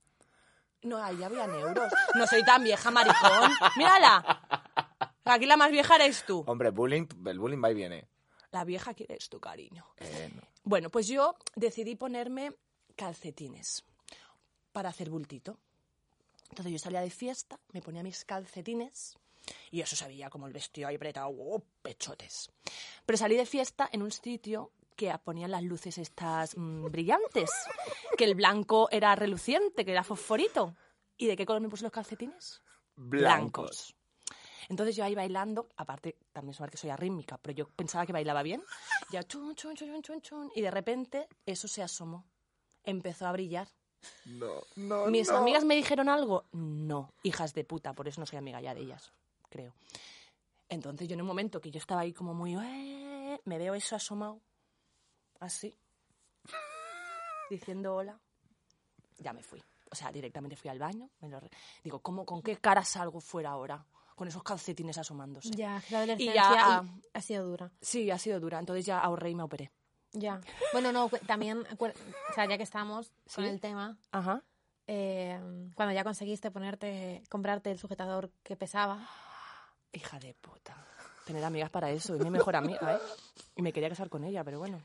Speaker 2: No, ahí habían euros. No soy tan vieja, maricón. ¡Mírala! Aquí la más vieja eres tú.
Speaker 4: Hombre, bullying, el bullying va y viene.
Speaker 2: La vieja que eres tú, cariño.
Speaker 4: Eh, no.
Speaker 2: Bueno, pues yo decidí ponerme calcetines para hacer bultito. Entonces yo salía de fiesta, me ponía mis calcetines y eso sabía como el vestido ahí apretado, ¡oh, pechotes. Pero salí de fiesta en un sitio que ponían las luces estas mm, brillantes, que el blanco era reluciente, que era fosforito. ¿Y de qué color me puse los calcetines? blancos. Entonces yo ahí bailando, aparte también saber que soy arrítmica, pero yo pensaba que bailaba bien, ya chun, chun, chun, chun, chun, chun, y de repente eso se asomó, empezó a brillar.
Speaker 4: No, no,
Speaker 2: ¿Mis
Speaker 4: no.
Speaker 2: amigas me dijeron algo? No, hijas de puta, por eso no soy amiga ya de ellas, creo. Entonces yo en un momento que yo estaba ahí como muy, "Eh", me veo eso asomado, así, diciendo hola, ya me fui. O sea, directamente fui al baño, me lo re- digo, ¿cómo, ¿con qué cara salgo fuera ahora? Con esos calcetines asomándose.
Speaker 3: Ya, la adolescencia
Speaker 2: Y ya- ah.
Speaker 3: ha sido dura.
Speaker 2: Sí, ha sido dura. Entonces ya ahorré y me operé.
Speaker 3: Ya. Bueno, no, cu- también, acuer- o sea, ya que estamos con
Speaker 2: ¿Sí?
Speaker 3: el tema,
Speaker 2: Ajá.
Speaker 3: eh, cuando ya conseguiste ponerte, comprarte el sujetador que pesaba,
Speaker 2: Hija de puta. Tener amigas para eso. Es mi mejor amiga, ¿eh? Y me quería casar con ella, pero bueno.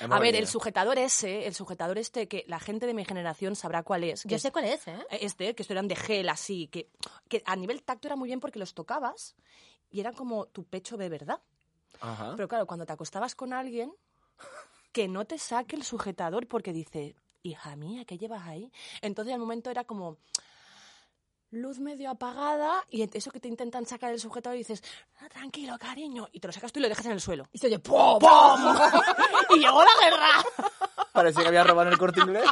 Speaker 4: Hemos
Speaker 2: A ver,
Speaker 4: venido.
Speaker 2: el sujetador ese, el sujetador este que la gente de mi generación sabrá cuál es. que
Speaker 3: yo
Speaker 2: es-
Speaker 3: sé cuál es, ¿eh?
Speaker 2: Este, que esto eran de gel así, que, que a nivel tacto era muy bien porque los tocabas y eran como tu pecho de verdad.
Speaker 4: Ajá.
Speaker 2: Pero claro, cuando te acostabas con alguien, que no te saque el sujetador porque dice, hija mía, ¿qué llevas ahí? Entonces al momento era como luz medio apagada y ent- eso que te intentan sacar el sujetador y dices, "Ah, tranquilo, cariño, y te lo sacas tú y lo dejas en el suelo.
Speaker 3: Y se oye ¡pum!
Speaker 2: y llegó la guerra.
Speaker 4: Parecía que había robado en el corte inglés.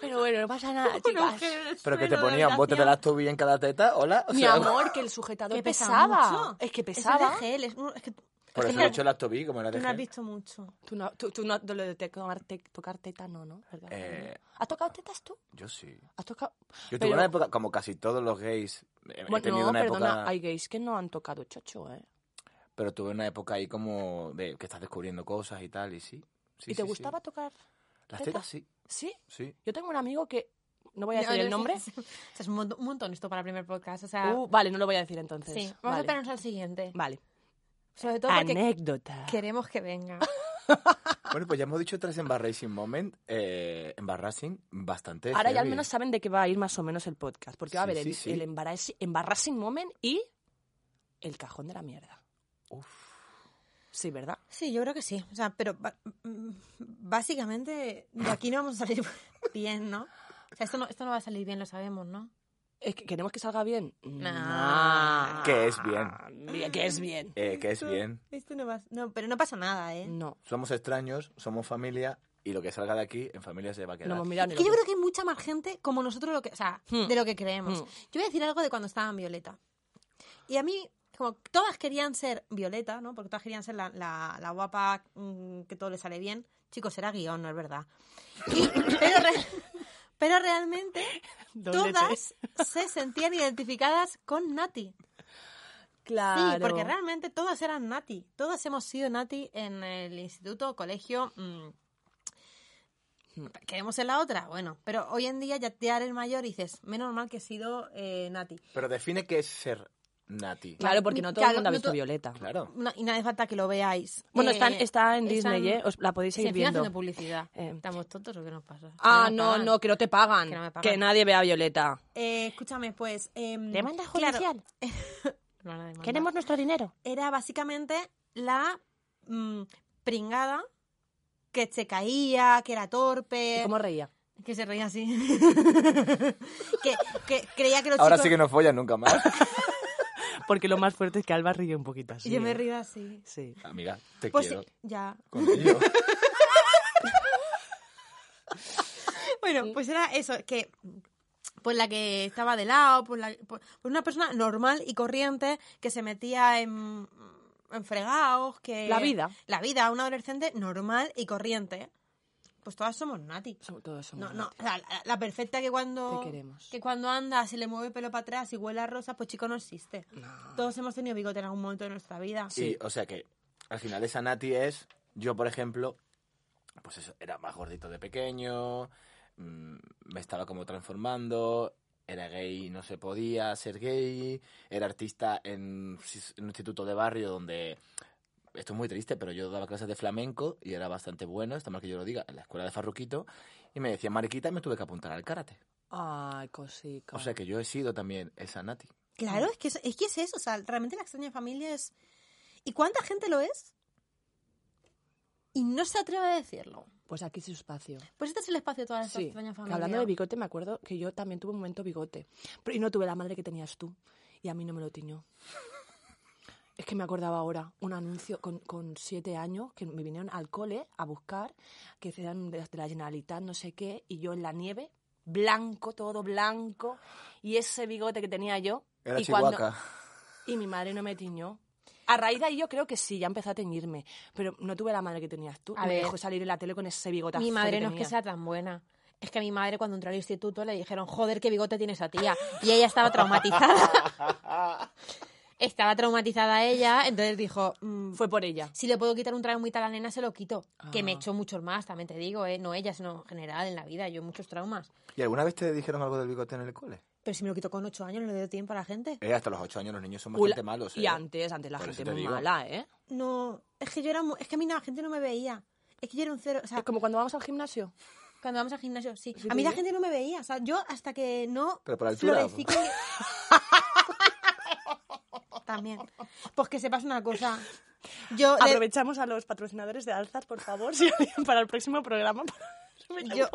Speaker 2: Pero bueno, no pasa nada, chicas.
Speaker 4: Pero que te ponían botes de lactubi en cada teta. Hola. O
Speaker 2: Mi
Speaker 4: sea,
Speaker 2: amor, que el sujetador
Speaker 3: Que pesa
Speaker 2: pesaba.
Speaker 3: mucho.
Speaker 2: Es que
Speaker 3: Es el
Speaker 2: pesaba.
Speaker 3: de gel, es, es que
Speaker 4: Por eso le he hecho lactubi, como era
Speaker 3: tú
Speaker 4: de
Speaker 3: no has
Speaker 4: gel.
Speaker 3: visto mucho.
Speaker 2: Tú no, tú, tú no, de lo de te- tomar te- tocar teta, no, ¿no? ¿Verdad?
Speaker 4: Eh.
Speaker 2: ¿Has tocado tetas tú?
Speaker 4: Yo sí.
Speaker 2: ¿Has tocado?
Speaker 4: Yo
Speaker 2: Pero-
Speaker 4: tuve una época, como casi todos los gays, he he
Speaker 2: Bueno,
Speaker 4: tenido
Speaker 2: no,
Speaker 4: una
Speaker 2: perdona,
Speaker 4: época,
Speaker 2: hay gays que no han tocado chocho, ¿eh?
Speaker 4: pero tuve una época ahí como de que estás descubriendo cosas y tal, y sí. sí,
Speaker 2: ¿Y te
Speaker 4: sí, sí.
Speaker 2: gustaba tocar?
Speaker 4: Las
Speaker 2: teta?
Speaker 4: tetas sí,
Speaker 2: Sí.
Speaker 4: sí.
Speaker 2: Yo tengo un amigo que. No voy a
Speaker 3: No,
Speaker 2: decir
Speaker 3: no,
Speaker 2: el nombre.
Speaker 3: Es, es- es un mon- un montón esto para el primer podcast. O sea,
Speaker 2: Uh, vale, no lo voy a decir entonces.
Speaker 3: sí. Vamos a
Speaker 2: vale.
Speaker 3: esperarnos al siguiente.
Speaker 2: Vale.
Speaker 3: Sobre todo porque
Speaker 2: Anécdota.
Speaker 3: queremos que venga.
Speaker 4: Bueno, pues ya hemos dicho tres embarrassing moment, eh, embarrassing bastante
Speaker 2: Ahora ya al
Speaker 4: heavy.
Speaker 2: menos saben de qué va a ir más o menos el podcast. Porque va a
Speaker 4: Sí,
Speaker 2: haber
Speaker 4: sí,
Speaker 2: el,
Speaker 4: sí.
Speaker 2: el embarrass- embarrassing moment y el cajón de la mierda. Sí, ¿verdad?
Speaker 3: Sí, yo creo que sí. O sea, pero ba- mm, básicamente de aquí no vamos a salir bien, ¿no? O sea, esto no, esto no va a salir bien, lo sabemos, ¿no?
Speaker 2: Es que queremos que salga bien.
Speaker 3: Nah.
Speaker 4: Que es bien,
Speaker 2: Bien, Que es bien.
Speaker 4: eh, que es bien.
Speaker 3: Esto no va No, pero no pasa nada, ¿eh?
Speaker 2: No.
Speaker 4: Somos extraños, somos familia, y lo que salga de aquí, en familia se va a quedar.
Speaker 2: No hemos mirado ni
Speaker 3: Que yo
Speaker 2: los
Speaker 3: creo que hay mucha más gente como nosotros lo que, o sea,
Speaker 2: Hmm.
Speaker 3: de lo que creemos.
Speaker 2: Hmm.
Speaker 3: Yo voy a decir algo de cuando estaba en Violeta. Y a mí, como todas querían ser Violeta, ¿no? Porque todas querían ser la, la- la guapa mm, que todo le sale bien. Chicos, era guión, no es verdad. Y- pero, re- pero realmente
Speaker 2: dos leches.
Speaker 3: todas se sentían identificadas con Nati.
Speaker 2: Claro.
Speaker 3: Sí, porque realmente todas eran Nati. Todas hemos sido Nati en el instituto, colegio. mm. ¿Queremos ser la otra? Bueno, pero hoy en día ya te eres mayor y dices, menos mal que he sido eh, Nati.
Speaker 4: Pero define qué es ser nati.
Speaker 2: Claro, porque no todo
Speaker 3: Claro, Eh,
Speaker 2: el mundo ha
Speaker 3: no
Speaker 2: visto
Speaker 3: to-
Speaker 2: Violeta.
Speaker 4: Claro.
Speaker 3: No- y no hace falta que lo veáis.
Speaker 2: Bueno,
Speaker 3: Eh,
Speaker 2: están- está en Disney,
Speaker 3: están-
Speaker 2: ¿eh? Os- la podéis
Speaker 3: Sí,
Speaker 2: seguir
Speaker 3: encima
Speaker 2: viendo.
Speaker 3: haciendo publicidad.
Speaker 2: Eh.
Speaker 3: ¿Estamos tontos o qué nos pasa?
Speaker 2: Ah,
Speaker 3: nos
Speaker 2: no,
Speaker 3: pagan.
Speaker 2: no, que no te pagan.
Speaker 3: Que
Speaker 2: Que,
Speaker 3: no me pagan.
Speaker 2: nadie vea a Violeta.
Speaker 3: Eh, escúchame, pues... em,
Speaker 2: Demanda
Speaker 3: claro,
Speaker 2: judicial.
Speaker 3: lo van a demandar.
Speaker 2: Queremos nuestro dinero.
Speaker 3: era básicamente la mm, pringada que se caía, que era torpe,
Speaker 2: ¿Cómo reía?
Speaker 3: que se reía así. que, que creía que los
Speaker 4: Ahora
Speaker 3: chicos...
Speaker 4: sí que no follan nunca más.
Speaker 2: Porque lo más fuerte es que Alba ríe un poquito así. ¿eh?
Speaker 3: Yo me río así.
Speaker 2: Sí.
Speaker 4: Amiga, te
Speaker 3: Pues
Speaker 4: quiero.
Speaker 3: sí, ya.
Speaker 4: Contigo.
Speaker 3: Bueno, pues era eso, que pues la que estaba de lado, pues, la- pues- pues una persona normal y corriente que se metía en, en fregados, que...
Speaker 2: La vida.
Speaker 3: La vida, un adolescente normal y corriente. Pues todas somos nati.
Speaker 2: Sobre todo eso.
Speaker 3: No, no, o sea, la, la perfecta que cuando
Speaker 2: Te queremos.
Speaker 3: que cuando anda se le mueve el pelo para atrás y huele a rosa, pues chico no existe. Todos hemos tenido bigote en algún momento de nuestra vida.
Speaker 4: Y, o sea que al final esa Nati es, yo por ejemplo, pues eso, era más gordito de pequeño, mm, me estaba como transformando, era gay y no se podía ser gay, era artista en, sis- en un instituto de barrio donde... Esto es muy triste, pero yo daba clases de flamenco y era bastante bueno, está mal que yo lo diga, en la escuela de Farruquito, y me decían mariquita y me tuve que apuntar al karate.
Speaker 2: Ay, cosica.
Speaker 4: O sea que yo he sido también esa nati.
Speaker 2: Mm.
Speaker 3: Claro, es que es, es que es eso. O sea, realmente la extraña familia es. ¿Y cuánta gente lo es? Y no se atreve a decirlo.
Speaker 2: Pues aquí es su espacio.
Speaker 3: Pues este es el espacio de toda esta
Speaker 2: Sí,
Speaker 3: extraña
Speaker 2: que
Speaker 3: familia.
Speaker 2: hablando de bigote, me acuerdo que yo también tuve un momento bigote. Pero, y no tuve la madre que tenías tú. Y a mí no me lo tiñó. Es que me acordaba ahora un anuncio con, con siete años que me vinieron al cole a buscar, que eran de, las de la Generalitat, no sé qué, y yo en la nieve, blanco, todo blanco, y ese bigote que tenía yo.
Speaker 4: Era
Speaker 2: y
Speaker 4: chihuahua.
Speaker 2: cuando- y mi madre no me tiñó. A raíz de ahí yo creo que sí, ya empezó a teñirme. Pero no tuve la madre que tenías tú.
Speaker 3: A
Speaker 2: me
Speaker 3: ver.
Speaker 2: dejó salir en la tele con ese bigotazo
Speaker 3: Mi madre
Speaker 2: que
Speaker 3: no es que
Speaker 2: tenía.
Speaker 3: sea tan buena. Es que a mi madre cuando entró al instituto le dijeron, joder, qué bigote tiene esa tía. Y ella estaba traumatizada. estaba traumatizada ella, entonces dijo, "Mm,
Speaker 2: Fue por ella.
Speaker 3: si le puedo quitar un traumaita a la nena, se lo quito. Que me
Speaker 2: Ah.
Speaker 3: echó muchos más, también te digo, ¿eh? no ella, sino en general en la vida, yo muchos traumas.
Speaker 4: ¿Y alguna vez te dijeron algo del bigote en el cole?
Speaker 3: Pero si me lo quito con ocho años, no le doy tiempo a la gente.
Speaker 4: Eh, hasta los ocho años los niños son
Speaker 2: Ula-
Speaker 4: bastante malos.
Speaker 2: Y
Speaker 4: eh.
Speaker 2: antes, antes la
Speaker 4: Por eso
Speaker 2: gente
Speaker 4: te
Speaker 2: muy
Speaker 4: digo.
Speaker 2: mala, ¿eh?
Speaker 3: No, es que yo era, mu- es que a mí la gente no me veía. Es que yo era un cero, o sea,
Speaker 2: Es como cuando vamos al gimnasio.
Speaker 3: cuando vamos al gimnasio, sí.
Speaker 2: ¿Sí
Speaker 3: a mí
Speaker 2: te
Speaker 3: la
Speaker 2: ve?
Speaker 3: gente no me veía, o sea, yo hasta que no
Speaker 4: Pero por altura,
Speaker 3: florecí con- También. Pues que sepas una cosa. Yo, le-
Speaker 2: Aprovechamos a los patrocinadores de Alzas, por favor, si alguien para el próximo programa.
Speaker 3: Yo-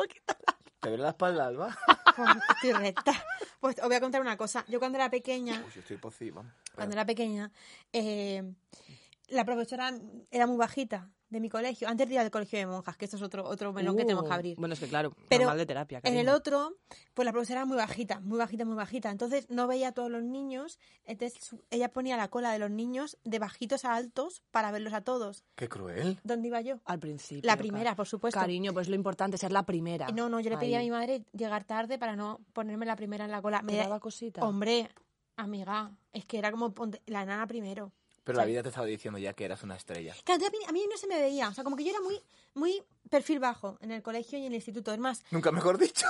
Speaker 4: ¿Te duele la espalda, Alba?
Speaker 3: Pues, estoy recta. Pues os voy a contar una cosa. Yo cuando era pequeña,
Speaker 4: Uy, yo estoy poci, vamos.
Speaker 3: cuando era pequeña, eh, la profesora era muy bajita de mi colegio. Antes de ir al colegio de monjas, que esto es otro, otro melón que tenemos que abrir.
Speaker 2: Uh. Bueno, es que claro,
Speaker 3: Pero
Speaker 2: normal de terapia.
Speaker 3: En el
Speaker 2: cariño.
Speaker 3: otro, pues la profesora era muy bajita, muy bajita, muy bajita. Entonces no veía a todos los niños. Entonces su- ella ponía la cola de los niños de bajitos a altos para verlos a todos.
Speaker 4: ¡Qué cruel!
Speaker 3: ¿Dónde iba yo?
Speaker 2: Al principio.
Speaker 3: La
Speaker 2: ca-
Speaker 3: primera, por supuesto.
Speaker 2: Cariño, pues lo importante, ser la primera.
Speaker 3: No, no, yo le pedí a
Speaker 2: Ahí.
Speaker 3: mi madre llegar tarde para no ponerme la primera en la cola. Me
Speaker 2: ¿Te
Speaker 3: da-
Speaker 2: daba cosita?
Speaker 3: Hombre, amiga, es que era como ponte- la nana primero.
Speaker 4: Pero
Speaker 3: Sí.
Speaker 4: la vida te estaba diciendo ya que eras una estrella.
Speaker 3: Claro, yo a mí, a mí no se me veía, o sea, como que yo era muy, muy perfil bajo en el colegio y en el instituto. Es más,
Speaker 4: Nunca mejor dicho.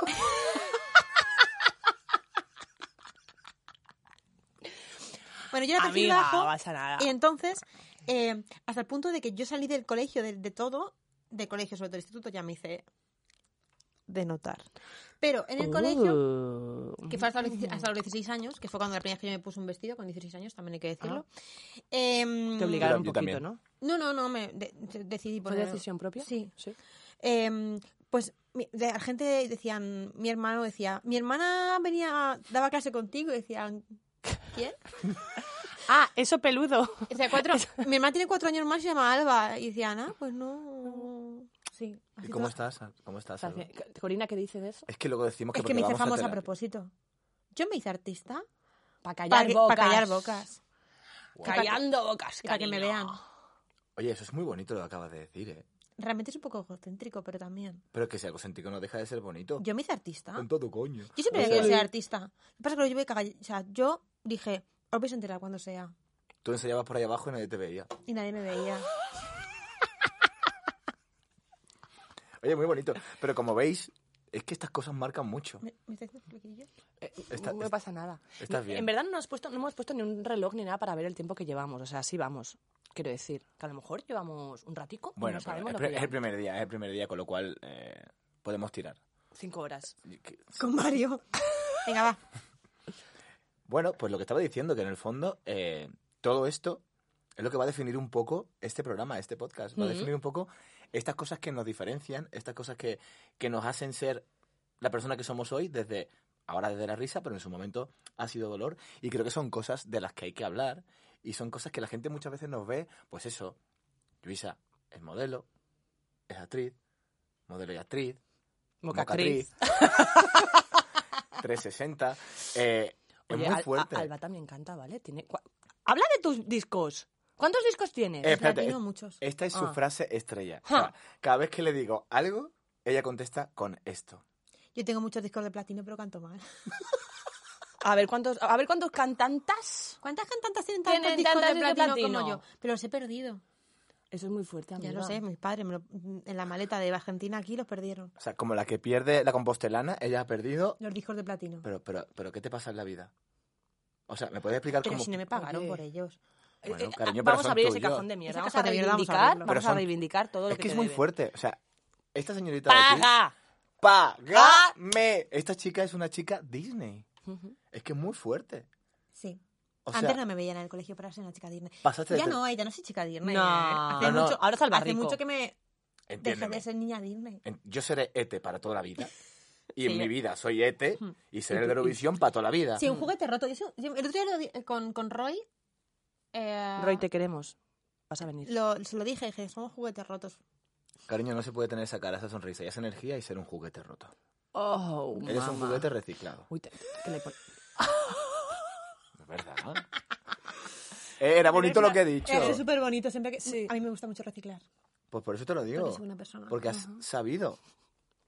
Speaker 3: bueno, yo era perfil
Speaker 2: Amiga,
Speaker 3: bajo.
Speaker 2: no pasa nada.
Speaker 3: Y entonces, eh, hasta el punto de que yo salí del colegio, de, de todo, de colegio, sobre todo el instituto, ya me hice denotar. Pero en el colegio,
Speaker 2: Uh.
Speaker 3: que fue hasta los, 16 hasta los 16 años, que fue cuando la primera vez que yo me puse un vestido, con 16 años, también hay que decirlo. em,
Speaker 2: Ah. Te obligaron un
Speaker 4: Yo
Speaker 2: poquito,
Speaker 4: también.
Speaker 2: ¿no?
Speaker 3: No, no, no, me de- de- decidí
Speaker 2: Mm. ¿Fue
Speaker 3: poner...
Speaker 2: decisión propia?
Speaker 3: Sí.
Speaker 2: sí.
Speaker 3: Em, pues mi- de- la gente decían, mi hermano decía, mi hermana venía, daba clase contigo y decían, ¿quién?
Speaker 2: Ah, eso peludo.
Speaker 3: O sea, cuatro, mi hermana tiene cuatro años más y se llama Alba. Y decía, Ana, pues no. Sí.
Speaker 4: ¿Y
Speaker 3: así
Speaker 4: cómo
Speaker 3: todo.
Speaker 4: estás? ¿Cómo estás? Alba?
Speaker 2: Corina, ¿qué dice de eso?
Speaker 4: Es que luego decimos que
Speaker 3: Es que me hice famosa a,
Speaker 4: propósito.
Speaker 3: propósito. Yo me hice artista
Speaker 2: Para
Speaker 3: para,
Speaker 2: callar
Speaker 3: que-
Speaker 2: bocas.
Speaker 3: para callar bocas.
Speaker 2: Callando bocas,
Speaker 3: Y para que me
Speaker 2: cariño.
Speaker 3: vean.
Speaker 4: Oye, eso es muy bonito lo que acabas de decir, ¿eh?
Speaker 3: Realmente es un poco egocéntrico, pero también.
Speaker 4: Pero que sea egocéntrico no deja de ser bonito.
Speaker 3: Yo me hice artista.
Speaker 4: Con todo coño.
Speaker 3: Yo siempre
Speaker 4: O
Speaker 3: quería
Speaker 4: sea,
Speaker 3: ser artista. Lo que pasa es que lo llevé cagall- O sea, yo dije, os vais a enterar cuando sea.
Speaker 4: Tú ensayabas por ahí abajo y nadie te veía.
Speaker 3: Y nadie me veía.
Speaker 4: Oye, muy bonito. Pero como veis, es que estas cosas marcan mucho.
Speaker 3: ¿Me, me estáis haciendo flequillo?
Speaker 2: Eh,
Speaker 4: Está-
Speaker 2: no me
Speaker 4: es-
Speaker 2: pasa nada.
Speaker 4: estás
Speaker 2: No,
Speaker 4: bien.
Speaker 2: En verdad no, nos puesto, no hemos puesto ni un reloj ni nada para ver el tiempo que llevamos. O sea, sí vamos. Quiero decir, que a lo mejor llevamos un ratico y
Speaker 4: Bueno,
Speaker 2: no
Speaker 4: pero
Speaker 2: sabemos
Speaker 4: es,
Speaker 2: lo
Speaker 4: pri-
Speaker 2: que
Speaker 4: es el
Speaker 2: llevamos.
Speaker 4: primer día, es el primer día, con lo cual eh, podemos tirar.
Speaker 2: Cinco horas.
Speaker 3: Con Mario. Venga, va.
Speaker 4: Bueno, pues lo que estaba diciendo, que en el fondo eh, todo esto es lo que va a definir un poco este programa, este podcast. Va a
Speaker 2: Ujú.
Speaker 4: definir un poco estas cosas que nos diferencian, estas cosas que, que nos hacen ser la persona que somos hoy desde ahora desde la risa, pero en su momento ha sido dolor. Y creo que son cosas de las que hay que hablar y son cosas que la gente muchas veces nos ve, pues eso, Luisa es modelo, es actriz, modelo y actriz,
Speaker 2: Mocatriz.
Speaker 4: Mocatriz. 360. eh, es
Speaker 2: Oye,
Speaker 4: muy
Speaker 2: Al- a-
Speaker 4: fuerte.
Speaker 2: Alba también canta, ¿vale? Tiene... cua- Habla de tus discos. ¿Cuántos discos tienes?
Speaker 4: Eh, espérate,
Speaker 3: Latino,
Speaker 4: es-
Speaker 3: muchos.
Speaker 4: Esta es su
Speaker 2: Ah.
Speaker 4: frase estrella. O
Speaker 2: Ja.
Speaker 4: sea, cada vez que le digo algo, ella contesta con esto.
Speaker 3: Yo tengo muchos discos de platino, pero canto mal.
Speaker 2: A ver cuántos, a ver cuántos cantantas.
Speaker 3: ¿Cuántas cantantes tienen tantos
Speaker 2: Tienen
Speaker 3: discos
Speaker 2: tantos
Speaker 3: de
Speaker 2: discos de
Speaker 3: platino,
Speaker 2: platino.
Speaker 3: como yo? Pero los he perdido.
Speaker 2: Eso es muy fuerte, amiga.
Speaker 3: Ya lo sé, mis padres me lo- en la maleta de Argentina aquí los perdieron.
Speaker 4: O sea, como la que pierde la compostelana, ella ha perdido.
Speaker 3: Los discos de platino.
Speaker 4: Pero, pero, pero, ¿qué te pasa en la vida? O sea, ¿me puedes explicar
Speaker 3: Pero
Speaker 4: cómo...?
Speaker 3: si no me pagaron
Speaker 2: Oye.
Speaker 3: por ellos.
Speaker 2: Eh,
Speaker 4: Bueno,
Speaker 2: eh,
Speaker 4: cariño, pero
Speaker 2: vamos
Speaker 4: son
Speaker 2: a abrir ese
Speaker 4: tuyos.
Speaker 2: cajón de mierda.
Speaker 3: Ese
Speaker 2: Vamos a
Speaker 3: cajón de mierda, vamos a
Speaker 2: reivindicar, vamos
Speaker 3: abrirlo.
Speaker 2: a,
Speaker 4: Pero son-
Speaker 2: reivindicar todo lo
Speaker 4: Es
Speaker 2: que
Speaker 4: que es
Speaker 2: te
Speaker 4: muy
Speaker 2: deben.
Speaker 4: fuerte. O sea, esta señorita de aquí...
Speaker 2: ¡Paga!
Speaker 4: ¡Págame! Esta chica es una chica Disney.
Speaker 2: Ujú.
Speaker 4: Es que es muy fuerte.
Speaker 3: Sí.
Speaker 4: O
Speaker 3: Antes
Speaker 4: sea,
Speaker 3: no me veían en el colegio, pero ahora soy una chica Disney.
Speaker 4: pasaste de...
Speaker 3: Ya
Speaker 4: ter-
Speaker 3: no, ya no soy chica Disney.
Speaker 2: No.
Speaker 3: ¿eh? Hace
Speaker 4: No, no,
Speaker 3: mucho,
Speaker 2: ahora está el
Speaker 3: hace
Speaker 2: barrico.
Speaker 3: mucho que me dejé
Speaker 4: Entiéndeme.
Speaker 3: de ser niña Disney.
Speaker 4: En- Yo seré Ete para toda la vida. Y
Speaker 2: Sí.
Speaker 4: en mi vida soy Ete y seré
Speaker 2: Y
Speaker 4: el
Speaker 2: tú-
Speaker 4: de
Speaker 2: y-
Speaker 4: Eurovisión para toda la vida.
Speaker 3: Sí, un juguete roto. Yo soy- yo- el otro día lo di- con, con Roy. eh,
Speaker 2: Roy, te queremos. Vas a venir.
Speaker 3: lo, se lo dije, dije, somos juguetes rotos.
Speaker 4: Cariño, no se puede tener esa cara, esa sonrisa y esa energía y ser un juguete roto.
Speaker 2: Oh,
Speaker 4: Eres un
Speaker 2: mamá.
Speaker 4: juguete reciclado.
Speaker 2: Uy, te- que le pon-
Speaker 4: Es verdad. Eh, era bonito lo que he dicho.
Speaker 3: Es súper bonito, siempre que...
Speaker 2: Sí.
Speaker 3: A mí me gusta mucho reciclar.
Speaker 4: Pues por eso te lo digo.
Speaker 3: Porque soy una persona.
Speaker 4: Porque has sabido,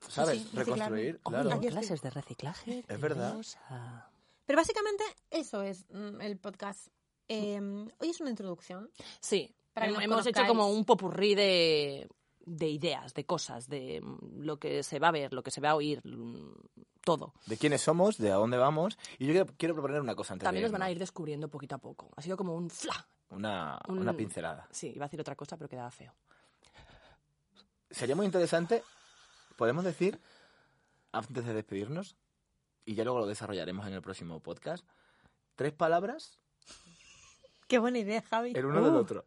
Speaker 4: ¿sabes?
Speaker 3: sí,
Speaker 4: Reconstruir,
Speaker 3: reciclarme.
Speaker 4: claro.
Speaker 2: Hombre,
Speaker 3: Aquí estoy.
Speaker 2: clases de reciclaje.
Speaker 4: Es verdad.
Speaker 2: tenemos a-
Speaker 3: Pero básicamente eso es mm, el podcast. Eh, hoy es una introducción.
Speaker 2: Sí,
Speaker 3: Para que
Speaker 2: hem-
Speaker 3: nos
Speaker 2: hemos hecho
Speaker 3: conozcáis.
Speaker 2: como un popurrí de, de ideas, de cosas, de mm, lo que se va a ver, lo que se va a oír, mm, todo.
Speaker 4: De quiénes somos, de a dónde vamos. Y yo quiero, quiero proponer una cosa antes
Speaker 2: También
Speaker 4: de
Speaker 2: nos van a ir
Speaker 4: irnos.
Speaker 2: descubriendo poquito a poco. Ha sido como un fla.
Speaker 4: Una,
Speaker 2: un-
Speaker 4: una pincelada.
Speaker 2: Sí, iba a decir otra cosa, pero quedaba feo.
Speaker 4: Sería muy interesante, podemos decir, antes de despedirnos, y ya luego lo desarrollaremos en el próximo podcast, tres palabras,
Speaker 3: Qué buena idea, Javi.
Speaker 4: el uno del
Speaker 2: Uh.
Speaker 4: otro.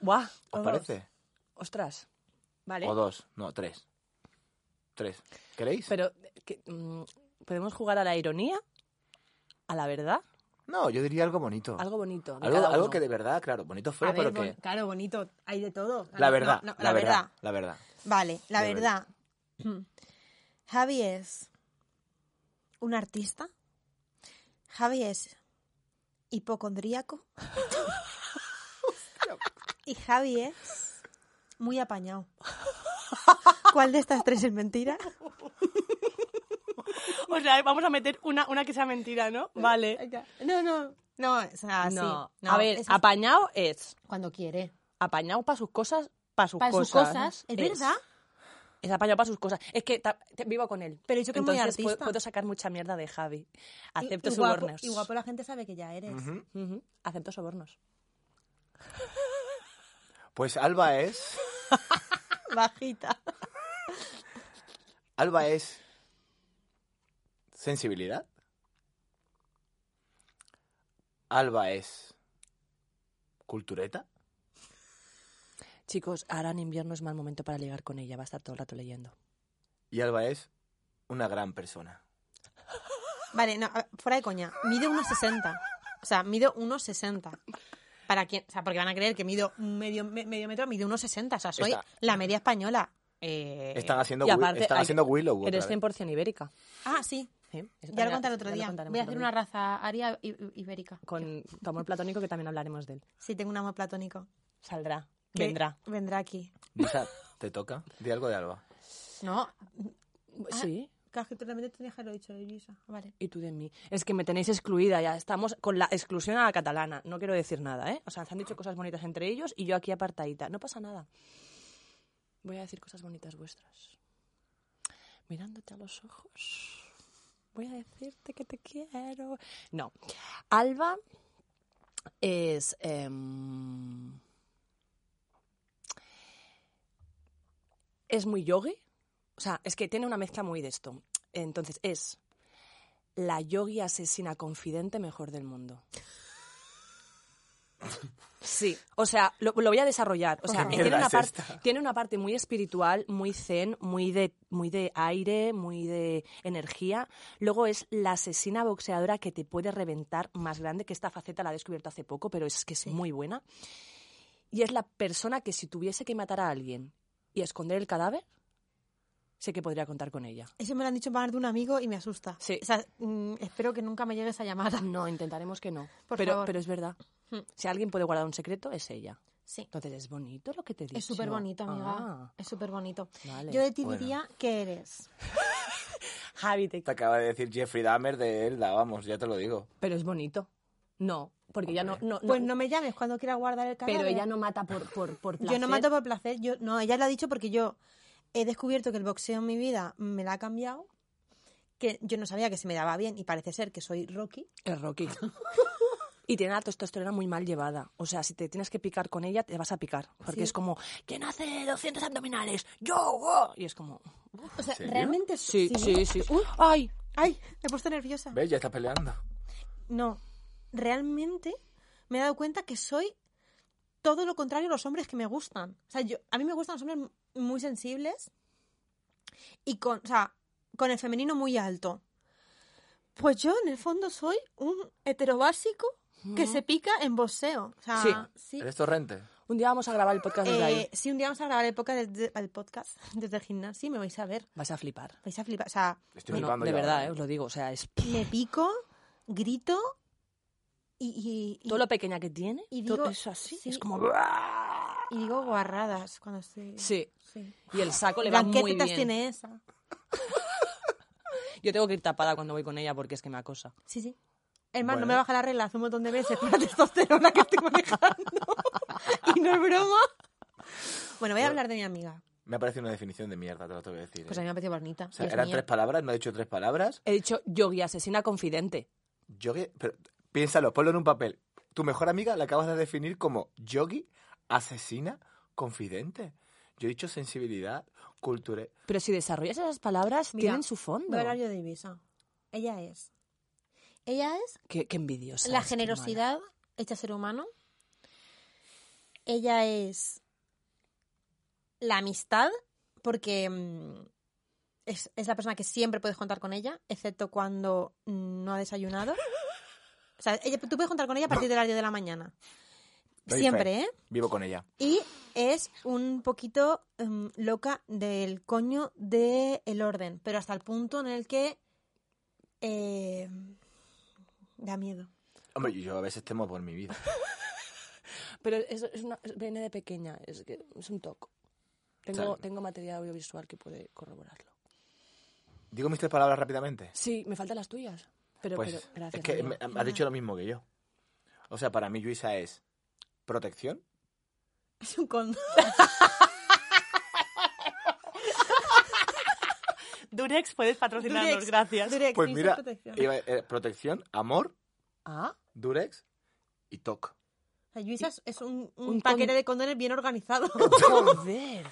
Speaker 2: ¡Guau!
Speaker 4: ¿Os
Speaker 3: O dos.
Speaker 4: parece?
Speaker 2: ¡Ostras! Vale.
Speaker 4: O dos, no, tres. Tres. ¿Queréis?
Speaker 2: Pero, que, mm, ¿podemos jugar a la ironía? ¿A la verdad?
Speaker 4: No, yo diría algo bonito.
Speaker 2: Algo bonito. de
Speaker 4: Algo,
Speaker 2: cada
Speaker 4: algo
Speaker 2: uno.
Speaker 4: que de verdad, claro, bonito
Speaker 3: A
Speaker 4: feo, pero
Speaker 3: ver,
Speaker 4: que...
Speaker 3: bon- claro, bonito. Hay de todo.
Speaker 4: La verdad,
Speaker 3: No, no,
Speaker 4: la verdad, la verdad.
Speaker 3: Vale, la
Speaker 4: La ver-
Speaker 3: verdad. Mm. Javi es un artista. Javi es hipocondríaco. y Javi es muy apañado. ¿Cuál de estas tres es mentira?
Speaker 2: O sea, vamos a meter una, una que sea mentira, ¿no? Vale.
Speaker 3: No, no. No, o sea, sí.
Speaker 2: eh, ah, no.
Speaker 3: No,
Speaker 2: A ver,
Speaker 3: eso es
Speaker 2: apañado es.
Speaker 3: cuando quiere.
Speaker 2: apañado para sus cosas, para sus
Speaker 3: Para
Speaker 2: cosas.
Speaker 3: sus cosas, es verdad.
Speaker 2: Es apañado para sus cosas. Es que ta- te- vivo con él.
Speaker 3: Pero eso que es muy
Speaker 2: Entonces, pu-
Speaker 3: artista.
Speaker 2: puedo sacar mucha mierda de Javi.
Speaker 3: Y-
Speaker 2: Acepto
Speaker 3: y guapo-
Speaker 2: sobornos.
Speaker 3: Y guapo la gente sabe que ya eres.
Speaker 4: Ujú.
Speaker 2: Ujú. Acepto sobornos.
Speaker 4: Pues Alba es...
Speaker 3: Bajita.
Speaker 4: Alba es sensibilidad. Alba es cultureta.
Speaker 2: Chicos, ahora en invierno es mal momento para ligar con ella. Va a estar todo el rato leyendo.
Speaker 4: Y Alba es una gran persona.
Speaker 3: Vale, no, a ver, fuera de coña. Mido 1,60. O sea, mido 1,60. Para quien, o sea, porque van a creer que mido un medio, me- medio metro, mido 1,60. O sea, soy
Speaker 4: Está-
Speaker 3: la media española. Eh,
Speaker 4: Están haciendo,
Speaker 2: y
Speaker 4: Wi-
Speaker 2: aparte,
Speaker 4: están
Speaker 2: hay-
Speaker 4: haciendo Willow. otra
Speaker 2: Eres
Speaker 4: vez.
Speaker 2: 100% ibérica.
Speaker 3: Ah, sí.
Speaker 2: Sí, eso
Speaker 3: Ya
Speaker 2: también-
Speaker 3: lo contaré otro
Speaker 2: ya lo
Speaker 3: día.
Speaker 2: contaremos
Speaker 3: Voy a
Speaker 2: otro
Speaker 3: hacer
Speaker 2: día.
Speaker 3: una raza aria i- i- ibérica.
Speaker 2: Con tu amor platónico, que también hablaremos de él.
Speaker 3: Sí, tengo un amor platónico.
Speaker 2: Saldrá.
Speaker 3: que
Speaker 2: Vendrá.
Speaker 3: Vendrá aquí.
Speaker 4: Lisa, te toca. Di algo de Alba.
Speaker 3: No. Ah,
Speaker 2: Sí.
Speaker 3: Claro, que tú realmente tenías que haberlo dicho, Elisa. Vale.
Speaker 2: Y tú de mí. Es que me tenéis excluida ya. Estamos con la exclusión a la catalana. No quiero decir nada, ¿eh? O sea, se han dicho cosas bonitas entre ellos y yo aquí apartadita. No pasa nada. Voy a decir cosas bonitas vuestras. Mirándote a los ojos. Voy a decirte que te quiero. No. Alba es. em, es muy yogi. O sea, es que tiene una mezcla muy de esto. Entonces, es la yogi asesina confidente mejor del mundo. Sí, o sea, lo, lo voy a desarrollar. O sea,
Speaker 4: ¿Qué
Speaker 2: tiene
Speaker 4: mierda
Speaker 2: una,
Speaker 4: es
Speaker 2: parte,
Speaker 4: esta?
Speaker 2: tiene una parte muy espiritual, muy zen, muy de, muy de aire, muy de energía. Luego es la asesina boxeadora que te puede reventar más grande, que esta faceta la he descubierto hace poco, pero es que es muy buena. Y es la persona que si tuviese que matar a alguien y esconder el cadáver, sé que podría contar con ella.
Speaker 3: Eso me lo han dicho más de un amigo y me asusta.
Speaker 2: Sí.
Speaker 3: O sea, mm, espero que nunca me llegue esa llamada.
Speaker 2: No, intentaremos que no.
Speaker 3: Por
Speaker 2: pero,
Speaker 3: favor.
Speaker 2: pero es verdad.
Speaker 3: Hmm.
Speaker 2: Si alguien puede guardar un secreto, es ella.
Speaker 3: Sí.
Speaker 2: Entonces es bonito lo que te digo.
Speaker 3: Es súper bonito, amiga. Es súper bonito.
Speaker 2: Ah. Vale.
Speaker 3: Yo de ti
Speaker 4: Bueno.
Speaker 3: diría que eres.
Speaker 2: Javi, te...
Speaker 4: Te acaba de decir Jeffrey Dahmer de Elda, vamos, ya te lo digo.
Speaker 2: pero es bonito. No, porque ya no... no,
Speaker 3: Pues no me llames cuando quiera guardar el cadáver.
Speaker 2: pero ella no mata por, por, por placer.
Speaker 3: Yo no mato por placer. Yo, no, ella lo ha dicho porque yo he descubierto que el boxeo en mi vida me la ha cambiado. Que yo no sabía que se me daba bien y parece ser que soy Rocky.
Speaker 2: Es Rocky. Y tiene la testosterona muy mal llevada. O sea, si te tienes que picar con ella, te vas a picar. Porque
Speaker 3: Sí.
Speaker 2: es como, ¿quién hace 200 abdominales? ¡Yo! wow". Y es como,
Speaker 3: O sea,
Speaker 4: serio?
Speaker 3: realmente
Speaker 2: sí, sí, sí.
Speaker 3: Uy,
Speaker 2: ¡Ay!
Speaker 3: ay, me he puesto nerviosa.
Speaker 4: ¿Ves? Ya está peleando.
Speaker 3: No, realmente me he dado cuenta que soy todo lo contrario a los hombres que me gustan. O sea, yo, a mí me gustan los hombres muy sensibles y con, o sea, con el femenino muy alto. Pues yo en el fondo soy un heterobásico que se pica en boxeo. O sea,
Speaker 2: Sí.
Speaker 3: sí.
Speaker 4: ¿Eres torrente?
Speaker 2: Un día vamos a grabar el podcast desde ahí.
Speaker 3: Eh, si un día vamos a grabar el podcast desde el, podcast desde el gimnasio y me vais a ver,
Speaker 2: Vas a flipar.
Speaker 3: vais a flipar. O sea,
Speaker 4: Estoy
Speaker 2: No, no,
Speaker 4: flipando
Speaker 2: de
Speaker 4: ya.
Speaker 2: verdad, eh, os lo digo. O sea, es
Speaker 3: me pico, grito y... y- y-
Speaker 2: todo lo pequeña que tiene.
Speaker 3: y
Speaker 2: todo
Speaker 3: digo,
Speaker 2: eso así.
Speaker 3: sí.
Speaker 2: Es como...
Speaker 3: Y digo guarradas cuando estoy.
Speaker 2: Sí.
Speaker 3: sí.
Speaker 2: Y el saco le va
Speaker 3: Blanquetas
Speaker 2: muy bien.
Speaker 3: tiene esa?
Speaker 2: Yo tengo que ir tapada cuando voy con ella porque es que me acosa.
Speaker 3: Sí, sí. Hermano, no
Speaker 4: Bueno.
Speaker 3: me baja la regla hace un montón de meses por la testosterona que estoy manejando. y no es broma. Bueno, voy a hablar de mi amiga.
Speaker 4: Me ha parecido una definición de mierda, te lo tengo que decir.
Speaker 3: Pues
Speaker 4: eh.
Speaker 3: a mí me ha parecido bonita.
Speaker 4: o sea,
Speaker 3: Dios
Speaker 4: eran
Speaker 3: mío.
Speaker 4: tres palabras, no he dicho tres palabras.
Speaker 2: He dicho yogui asesina confidente.
Speaker 4: Yogi, pero piénsalo, ponlo en un papel. Tu mejor amiga la acabas de definir como yogi, asesina, confidente. Yo he dicho sensibilidad, cultura.
Speaker 2: Pero si desarrollas esas palabras,
Speaker 3: Mira,
Speaker 2: tienen su fondo.
Speaker 3: Voy a hablar yo de Ibiza. Ella es. Ella es
Speaker 2: Qué, qué envidiosa.
Speaker 3: la
Speaker 2: es, qué mala.
Speaker 3: generosidad hecha ser humano. Ella es la amistad, porque mm, es, es la persona que siempre puedes contar con ella, excepto cuando mm, no ha desayunado. O sea, ella- tú puedes contar con ella a partir de las 10 de la mañana.
Speaker 4: Doy
Speaker 3: Siempre, ¿eh?
Speaker 4: Vivo con ella.
Speaker 3: Y es un poquito em, loca del coño del orden, pero hasta el punto en el que eh, da miedo.
Speaker 4: Hombre, yo a veces temo por mi vida.
Speaker 2: Pero es, es una, es- viene de pequeña, es, que es un toque. Tengo,
Speaker 4: Sí.
Speaker 2: tengo material audiovisual que puede corroborarlo.
Speaker 4: Digo mis tres palabras rápidamente.
Speaker 2: Sí, me faltan las tuyas. Pero,
Speaker 4: Pues
Speaker 2: pero gracias.
Speaker 4: es que
Speaker 2: amigo.
Speaker 4: me- has dicho lo mismo que yo. O sea, para mí Luisa es protección,
Speaker 3: Es un condón.
Speaker 2: Durex, puedes patrocinarnos,
Speaker 3: Durex.
Speaker 2: gracias.
Speaker 3: Durex,
Speaker 4: Pues
Speaker 3: sí,
Speaker 4: mira,
Speaker 3: son protección.
Speaker 4: iba- eh, protección, amor,
Speaker 2: Ah,
Speaker 4: durex y toc.
Speaker 3: O sea, Luisa es- es un, un
Speaker 2: un
Speaker 3: paquete
Speaker 2: con-
Speaker 3: de condones bien organizado.
Speaker 2: joder.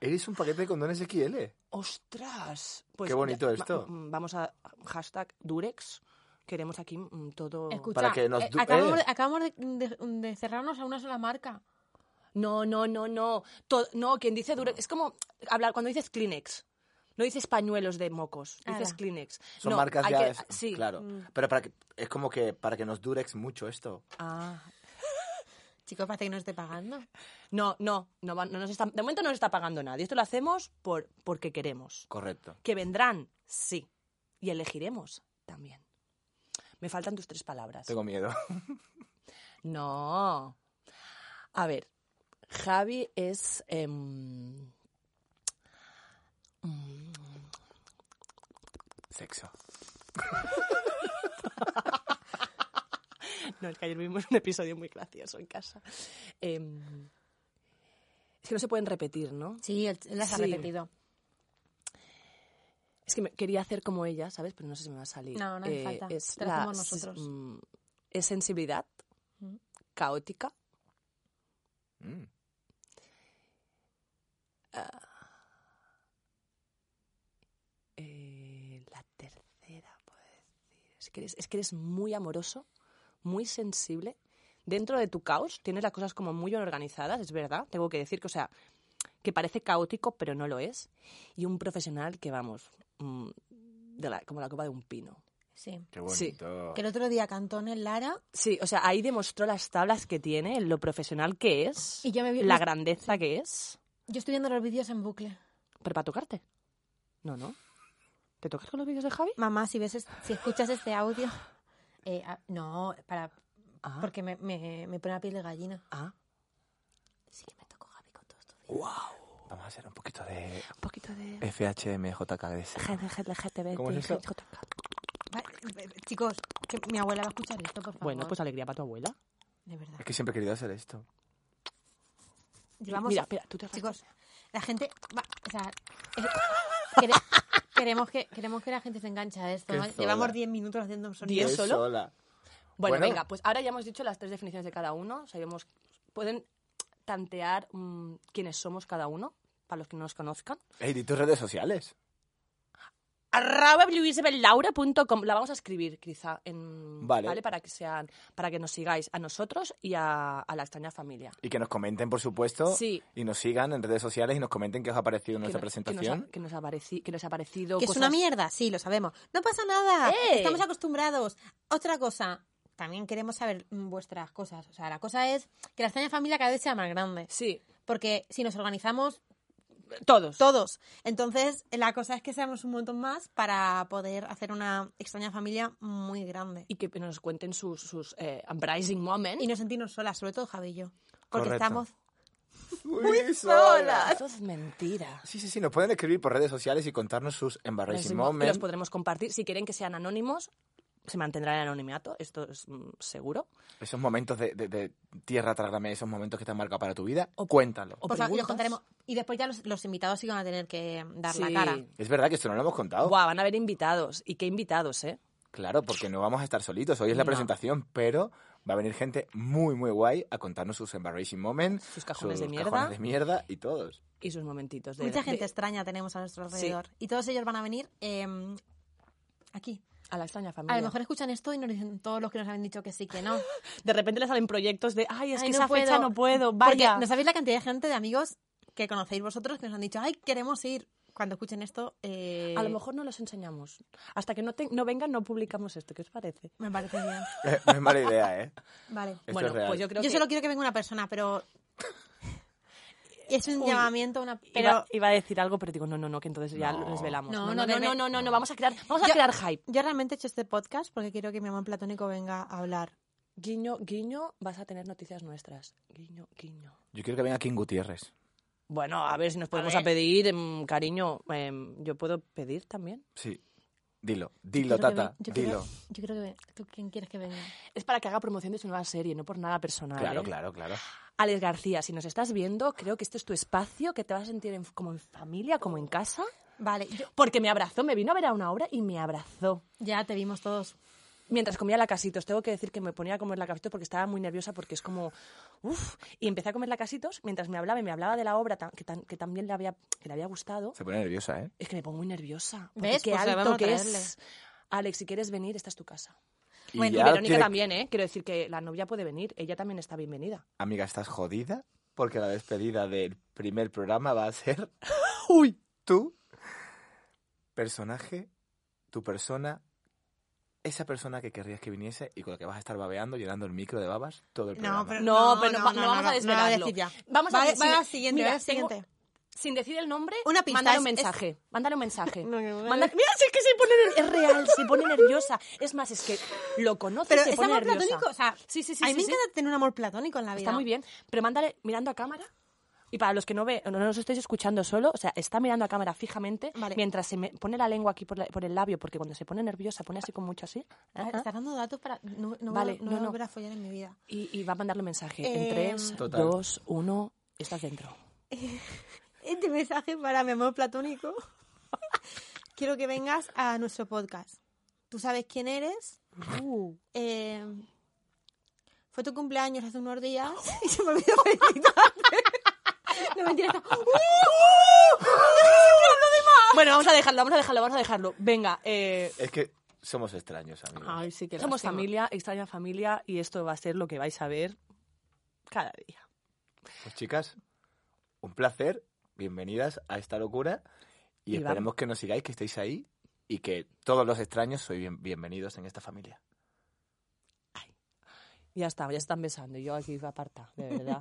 Speaker 4: Eres un paquete de condones XL.
Speaker 2: Ostras. Pues
Speaker 4: Qué bonito
Speaker 2: va-
Speaker 4: esto.
Speaker 2: mm, Vamos a hashtag Durex. Queremos aquí mm, todo...
Speaker 3: Escucha,
Speaker 4: Para que nos
Speaker 3: eh,
Speaker 4: du-
Speaker 3: acabamos,
Speaker 4: eh.
Speaker 3: de, acabamos de- de- de cerrarnos a una sola marca.
Speaker 2: No, no, no, no. To- no, quien dice Durex... Es como hablar cuando dices Kleenex. No dices pañuelos de mocos, dices
Speaker 3: Ala.
Speaker 2: Kleenex.
Speaker 4: Son
Speaker 2: No,
Speaker 4: marcas
Speaker 2: hay
Speaker 4: ya.
Speaker 2: que-
Speaker 4: es-
Speaker 2: sí. mm.
Speaker 4: Claro. Pero para que, es como que para que nos durex mucho esto.
Speaker 2: Ah,
Speaker 3: Chicos, parece que no esté pagando.
Speaker 2: No, no, no, va- no nos está, de momento no nos está pagando nadie. Esto lo hacemos por, porque queremos.
Speaker 4: Correcto.
Speaker 2: Que vendrán, sí. Y elegiremos también. Me faltan tus tres palabras.
Speaker 4: Tengo miedo.
Speaker 2: No. A ver, Javi es... em,
Speaker 4: Sexo.
Speaker 2: No, es que ayer vimos un episodio muy gracioso en casa. Em, es que no se pueden repetir, ¿no?
Speaker 3: Sí, él él las ha
Speaker 2: Sí.
Speaker 3: repetido.
Speaker 2: Es que me- quería hacer como ella, ¿sabes? Pero no sé si me va a salir. Eh,
Speaker 3: No, no hace falta.
Speaker 2: Es,
Speaker 3: Te lo hacemos
Speaker 2: s-
Speaker 3: nosotros.
Speaker 2: mm, es sensibilidad,
Speaker 3: Mm.
Speaker 2: caótica,
Speaker 4: Mm.
Speaker 2: Eh, la tercera, puedo decir. Es que, eres, es que eres muy amoroso, muy sensible. Dentro de tu caos tienes las cosas como muy organizadas, es verdad. Tengo que decir que, o sea, que parece caótico, pero no lo es. Y un profesional que, vamos, mm, de la- como la copa de un pino.
Speaker 3: Sí.
Speaker 4: Qué
Speaker 2: Sí.
Speaker 4: bonito.
Speaker 3: Que el otro día cantó en el Lara
Speaker 2: Sí, o sea, ahí demostró las tablas que tiene, lo profesional que es,
Speaker 3: y yo me vi.
Speaker 2: la grandeza que es.
Speaker 3: Yo estoy viendo los vídeos en bucle.
Speaker 2: Pero para tocarte. No, no. ¿Te tocas con los vídeos de Javi?
Speaker 3: Mamá, si ves, es- si escuchas este audio. Eh, ah, no, para.
Speaker 2: Ah.
Speaker 3: Porque me, me, me pone la piel de gallina.
Speaker 2: Ah,
Speaker 3: Sí que me tocó Javi con todo esto.
Speaker 4: Vamos a hacer un poquito de
Speaker 2: un poquito de...
Speaker 4: FHMJKDS.
Speaker 2: Gente, gente, gente,
Speaker 4: ¿Cómo es
Speaker 2: vete,
Speaker 4: eso?
Speaker 2: gente,
Speaker 3: Vale, eh, eh, Chicos, Que mi abuela va a escuchar esto, por favor.
Speaker 2: Bueno, pues alegría para tu abuela.
Speaker 3: De verdad.
Speaker 4: Es que siempre he querido hacer esto.
Speaker 3: Llevamos-
Speaker 2: Mira, espera, tú te rascas.
Speaker 3: Chicos, la gente... va- o sea, es- quere- queremos, que, queremos que la gente se enganche a esto.
Speaker 4: Qué
Speaker 3: ¿no?
Speaker 4: sola.
Speaker 3: Llevamos 10 minutos haciendo un
Speaker 2: ¿Y
Speaker 3: sonido.
Speaker 2: ¿Diez?
Speaker 4: Yo
Speaker 2: solo?
Speaker 4: sola.
Speaker 2: Bueno,
Speaker 4: Bueno.
Speaker 2: venga, pues ahora ya hemos dicho las tres definiciones de cada uno. Sabemos, pueden tantear mm, quiénes somos cada uno, para los que no nos conozcan.
Speaker 4: Ey, di tus redes sociales.
Speaker 2: arroba www.laura.com. La vamos a escribir quizá en
Speaker 4: Vale.
Speaker 2: para que sean para que nos sigáis a nosotros y a, a la extraña familia.
Speaker 4: Y que nos comenten, por supuesto.
Speaker 2: Sí.
Speaker 4: Y nos sigan en redes sociales y nos comenten qué os ha parecido
Speaker 2: Que
Speaker 4: nuestra
Speaker 2: nos-
Speaker 4: presentación.
Speaker 2: Que nos, ha- que, nos ha pareci- que nos ha parecido
Speaker 3: Que es
Speaker 2: cosas-
Speaker 3: una mierda, sí, lo sabemos. No pasa nada,
Speaker 2: ¡Eh!
Speaker 3: estamos acostumbrados. Otra cosa, también queremos saber mm, vuestras cosas. O sea, la cosa es que la extraña familia cada vez sea más grande.
Speaker 2: Sí,
Speaker 3: Porque si nos organizamos
Speaker 2: todos.
Speaker 3: todos, entonces la cosa es que seamos un montón más para poder hacer una extraña familia muy grande.
Speaker 2: y que nos cuenten sus, sus eh, uprising moments.
Speaker 3: Y no sentirnos solas, sobre todo Javi y yo. Porque
Speaker 4: Correcto.
Speaker 3: estamos
Speaker 4: ¡Muy
Speaker 2: Eso es mentira.
Speaker 4: Sí, sí, sí. Nos pueden escribir por redes sociales y contarnos sus
Speaker 2: Y
Speaker 4: embarrassing
Speaker 2: los
Speaker 4: moments.
Speaker 2: podremos compartir. Si quieren que sean anónimos, se mantendrá el anonimato, esto es mm, seguro.
Speaker 4: Esos momentos de, de- de tierra trágame, esos momentos que te han marcado para tu vida. Cuéntalo.
Speaker 2: O
Speaker 3: Por favor, y
Speaker 2: preguntas.
Speaker 3: los contaremos. Y después ya los, los invitados sí que van a tener que dar
Speaker 2: Sí.
Speaker 3: la cara.
Speaker 4: Es verdad que esto no lo hemos contado.
Speaker 2: Guau, van a haber invitados. ¿Y qué invitados, eh?
Speaker 4: Claro, porque no vamos a estar solitos. Hoy es la
Speaker 2: No.
Speaker 4: presentación, pero va a venir gente muy, muy guay a contarnos sus embarrassing moments.
Speaker 2: Sus cajones
Speaker 4: sus
Speaker 2: de mierda.
Speaker 4: cajones de mierda y todos.
Speaker 2: Y sus momentitos de...
Speaker 3: Mucha
Speaker 2: de-
Speaker 3: gente extraña tenemos a nuestro alrededor. Y todos ellos van a venir eh, aquí.
Speaker 2: a la extraña familia.
Speaker 3: A lo mejor escuchan esto y nos dicen todos los que nos han dicho que sí, que no.
Speaker 2: De repente le salen proyectos de, ay, es
Speaker 3: Ay,
Speaker 2: que
Speaker 3: no
Speaker 2: esa fecha
Speaker 3: puedo.
Speaker 2: no puedo,
Speaker 3: Porque
Speaker 2: vaya.
Speaker 3: no sabéis la cantidad de gente, de amigos que conocéis vosotros que nos han dicho, ay, queremos ir. Cuando escuchen esto, eh,
Speaker 2: A lo mejor no los enseñamos. Hasta que no, te- no vengan, no publicamos esto. ¿Qué os parece?
Speaker 3: me parece bien.
Speaker 4: no es mala idea, ¿eh?
Speaker 3: Vale.
Speaker 4: Esto
Speaker 2: bueno,
Speaker 4: es real.
Speaker 2: pues yo creo
Speaker 3: Yo
Speaker 2: que
Speaker 3: solo quiero que venga una persona, pero... Es un
Speaker 2: Uy.
Speaker 3: llamamiento, una...
Speaker 2: iba,
Speaker 3: Pero
Speaker 2: iba a decir algo, pero digo, no, no, no, que entonces ya
Speaker 4: No.
Speaker 2: lo desvelamos.
Speaker 3: No,
Speaker 2: No,
Speaker 3: no,
Speaker 2: no, no,
Speaker 3: debe-
Speaker 2: no, no, no, vamos a crear, vamos a
Speaker 3: Yo-
Speaker 2: crear hype.
Speaker 3: yo realmente he hecho este podcast porque quiero que mi amor platónico venga a hablar.
Speaker 2: Guiño, guiño, vas a tener noticias nuestras. Guiño, guiño.
Speaker 4: Yo quiero que venga King Gutiérrez.
Speaker 2: Bueno, a ver si nos podemos a, pedir, em, cariño. em, yo puedo pedir también.
Speaker 4: Sí. Dilo,
Speaker 3: Quiero
Speaker 4: dilo,
Speaker 3: que
Speaker 4: Tata,
Speaker 3: ven- yo
Speaker 4: dilo.
Speaker 3: Quiero, yo quiero que venga. ¿Tú quién quieres que venga?
Speaker 2: Es para que haga promoción de su nueva serie, no por nada personal.
Speaker 4: Claro,
Speaker 2: ¿eh?
Speaker 4: claro, claro.
Speaker 2: Alex García, si nos estás viendo, creo que este es tu espacio, que te vas a sentir en- como en familia, como en casa.
Speaker 3: Vale, yo-
Speaker 2: Porque me abrazó, me vino a ver a una obra y me abrazó.
Speaker 3: ya te vimos todos.
Speaker 2: Mientras comía la casitos, tengo que decir que me ponía a comer la casitos porque estaba muy nerviosa porque es como, uff, y empecé a comer la casitos mientras me hablaba y me hablaba de la obra tan- que, tan- que también le había, que le había gustado.
Speaker 4: Se pone nerviosa, ¿eh?
Speaker 2: Es que me pongo muy nerviosa. porque
Speaker 3: ¿Ves?
Speaker 2: Qué
Speaker 3: Pues la
Speaker 2: alto
Speaker 3: vamos a
Speaker 2: que
Speaker 3: traerle.
Speaker 2: es. Alex, si quieres venir, esta es tu casa.
Speaker 4: Y
Speaker 2: Bueno, y
Speaker 4: ya
Speaker 2: Verónica
Speaker 4: tiene-
Speaker 2: también, ¿eh? Quiero decir que la novia puede venir, ella también está bienvenida.
Speaker 4: Amiga, ¿estás jodida? Porque la despedida del primer programa va a ser
Speaker 2: ¡Uy!
Speaker 4: tu personaje, tu persona, esa persona que querrías que viniese y con la que vas a estar babeando, llenando el micro de babas todo el programa.
Speaker 3: No, pero
Speaker 2: No, pero no va- no vamos a
Speaker 3: no, no voy
Speaker 2: desvelarlo.
Speaker 3: decir ya.
Speaker 2: Vamos a
Speaker 3: Vale,
Speaker 2: decir-
Speaker 3: vale, al siguiente,
Speaker 2: Mira,
Speaker 3: al siguiente.
Speaker 2: Sin decir el nombre,
Speaker 3: Una pista,
Speaker 2: mándale un
Speaker 3: es- es-
Speaker 2: mensaje. Mándale un mensaje.
Speaker 3: No, que bueno.
Speaker 2: Mándale- Mira, si es que se pone ner- es real, se pone nerviosa. Es más, es que lo conoce,
Speaker 3: Pero
Speaker 2: se
Speaker 3: es
Speaker 2: pone
Speaker 3: amor
Speaker 2: nerviosa.
Speaker 3: platónico, o sea,
Speaker 2: sí, sí, sí,
Speaker 3: a mí
Speaker 2: sí,
Speaker 3: me
Speaker 2: sí.
Speaker 3: encanta tener un amor platónico en la vida.
Speaker 2: Está muy bien, pero mándale mirando a cámara. Y para los que no ve, no nos estáis escuchando solo, o sea, está mirando a cámara fijamente
Speaker 3: Vale.
Speaker 2: mientras se me pone la lengua aquí por, la- por el labio, porque cuando se pone nerviosa pone así con mucho así. ¿eh?
Speaker 3: Ah, Estás dando datos para... No, no,
Speaker 2: Vale,
Speaker 3: voy,
Speaker 2: no,
Speaker 3: a- no voy a
Speaker 2: no.
Speaker 3: volver a follar en mi vida.
Speaker 2: Y, y va a mandarle un mensaje.
Speaker 3: Eh,
Speaker 2: en 3,
Speaker 4: Total.
Speaker 2: 2, 1, estás dentro.
Speaker 3: Este mensaje para mi amor platónico. Quiero que vengas a nuestro podcast. Tú sabes quién eres.
Speaker 2: Uh.
Speaker 3: eh, fue tu cumpleaños hace unos días y se me olvidó felicitarte. No, mentira, está-
Speaker 2: Bueno, vamos a dejarlo, vamos a dejarlo, vamos a dejarlo. Venga, eh,
Speaker 4: Es que somos extraños, amigos.
Speaker 3: Ay, sí que
Speaker 2: Somos
Speaker 3: lástima.
Speaker 2: familia, extraña familia, y esto va a ser lo que vais a ver cada día.
Speaker 4: Pues chicas, un placer. Bienvenidas a esta locura. Y
Speaker 2: Y
Speaker 4: esperemos que nos sigáis, que estéis ahí y que todos los extraños sois bien- bienvenidos en esta familia.
Speaker 2: Ya está, ya están besando. y Yo aquí aparta, de verdad.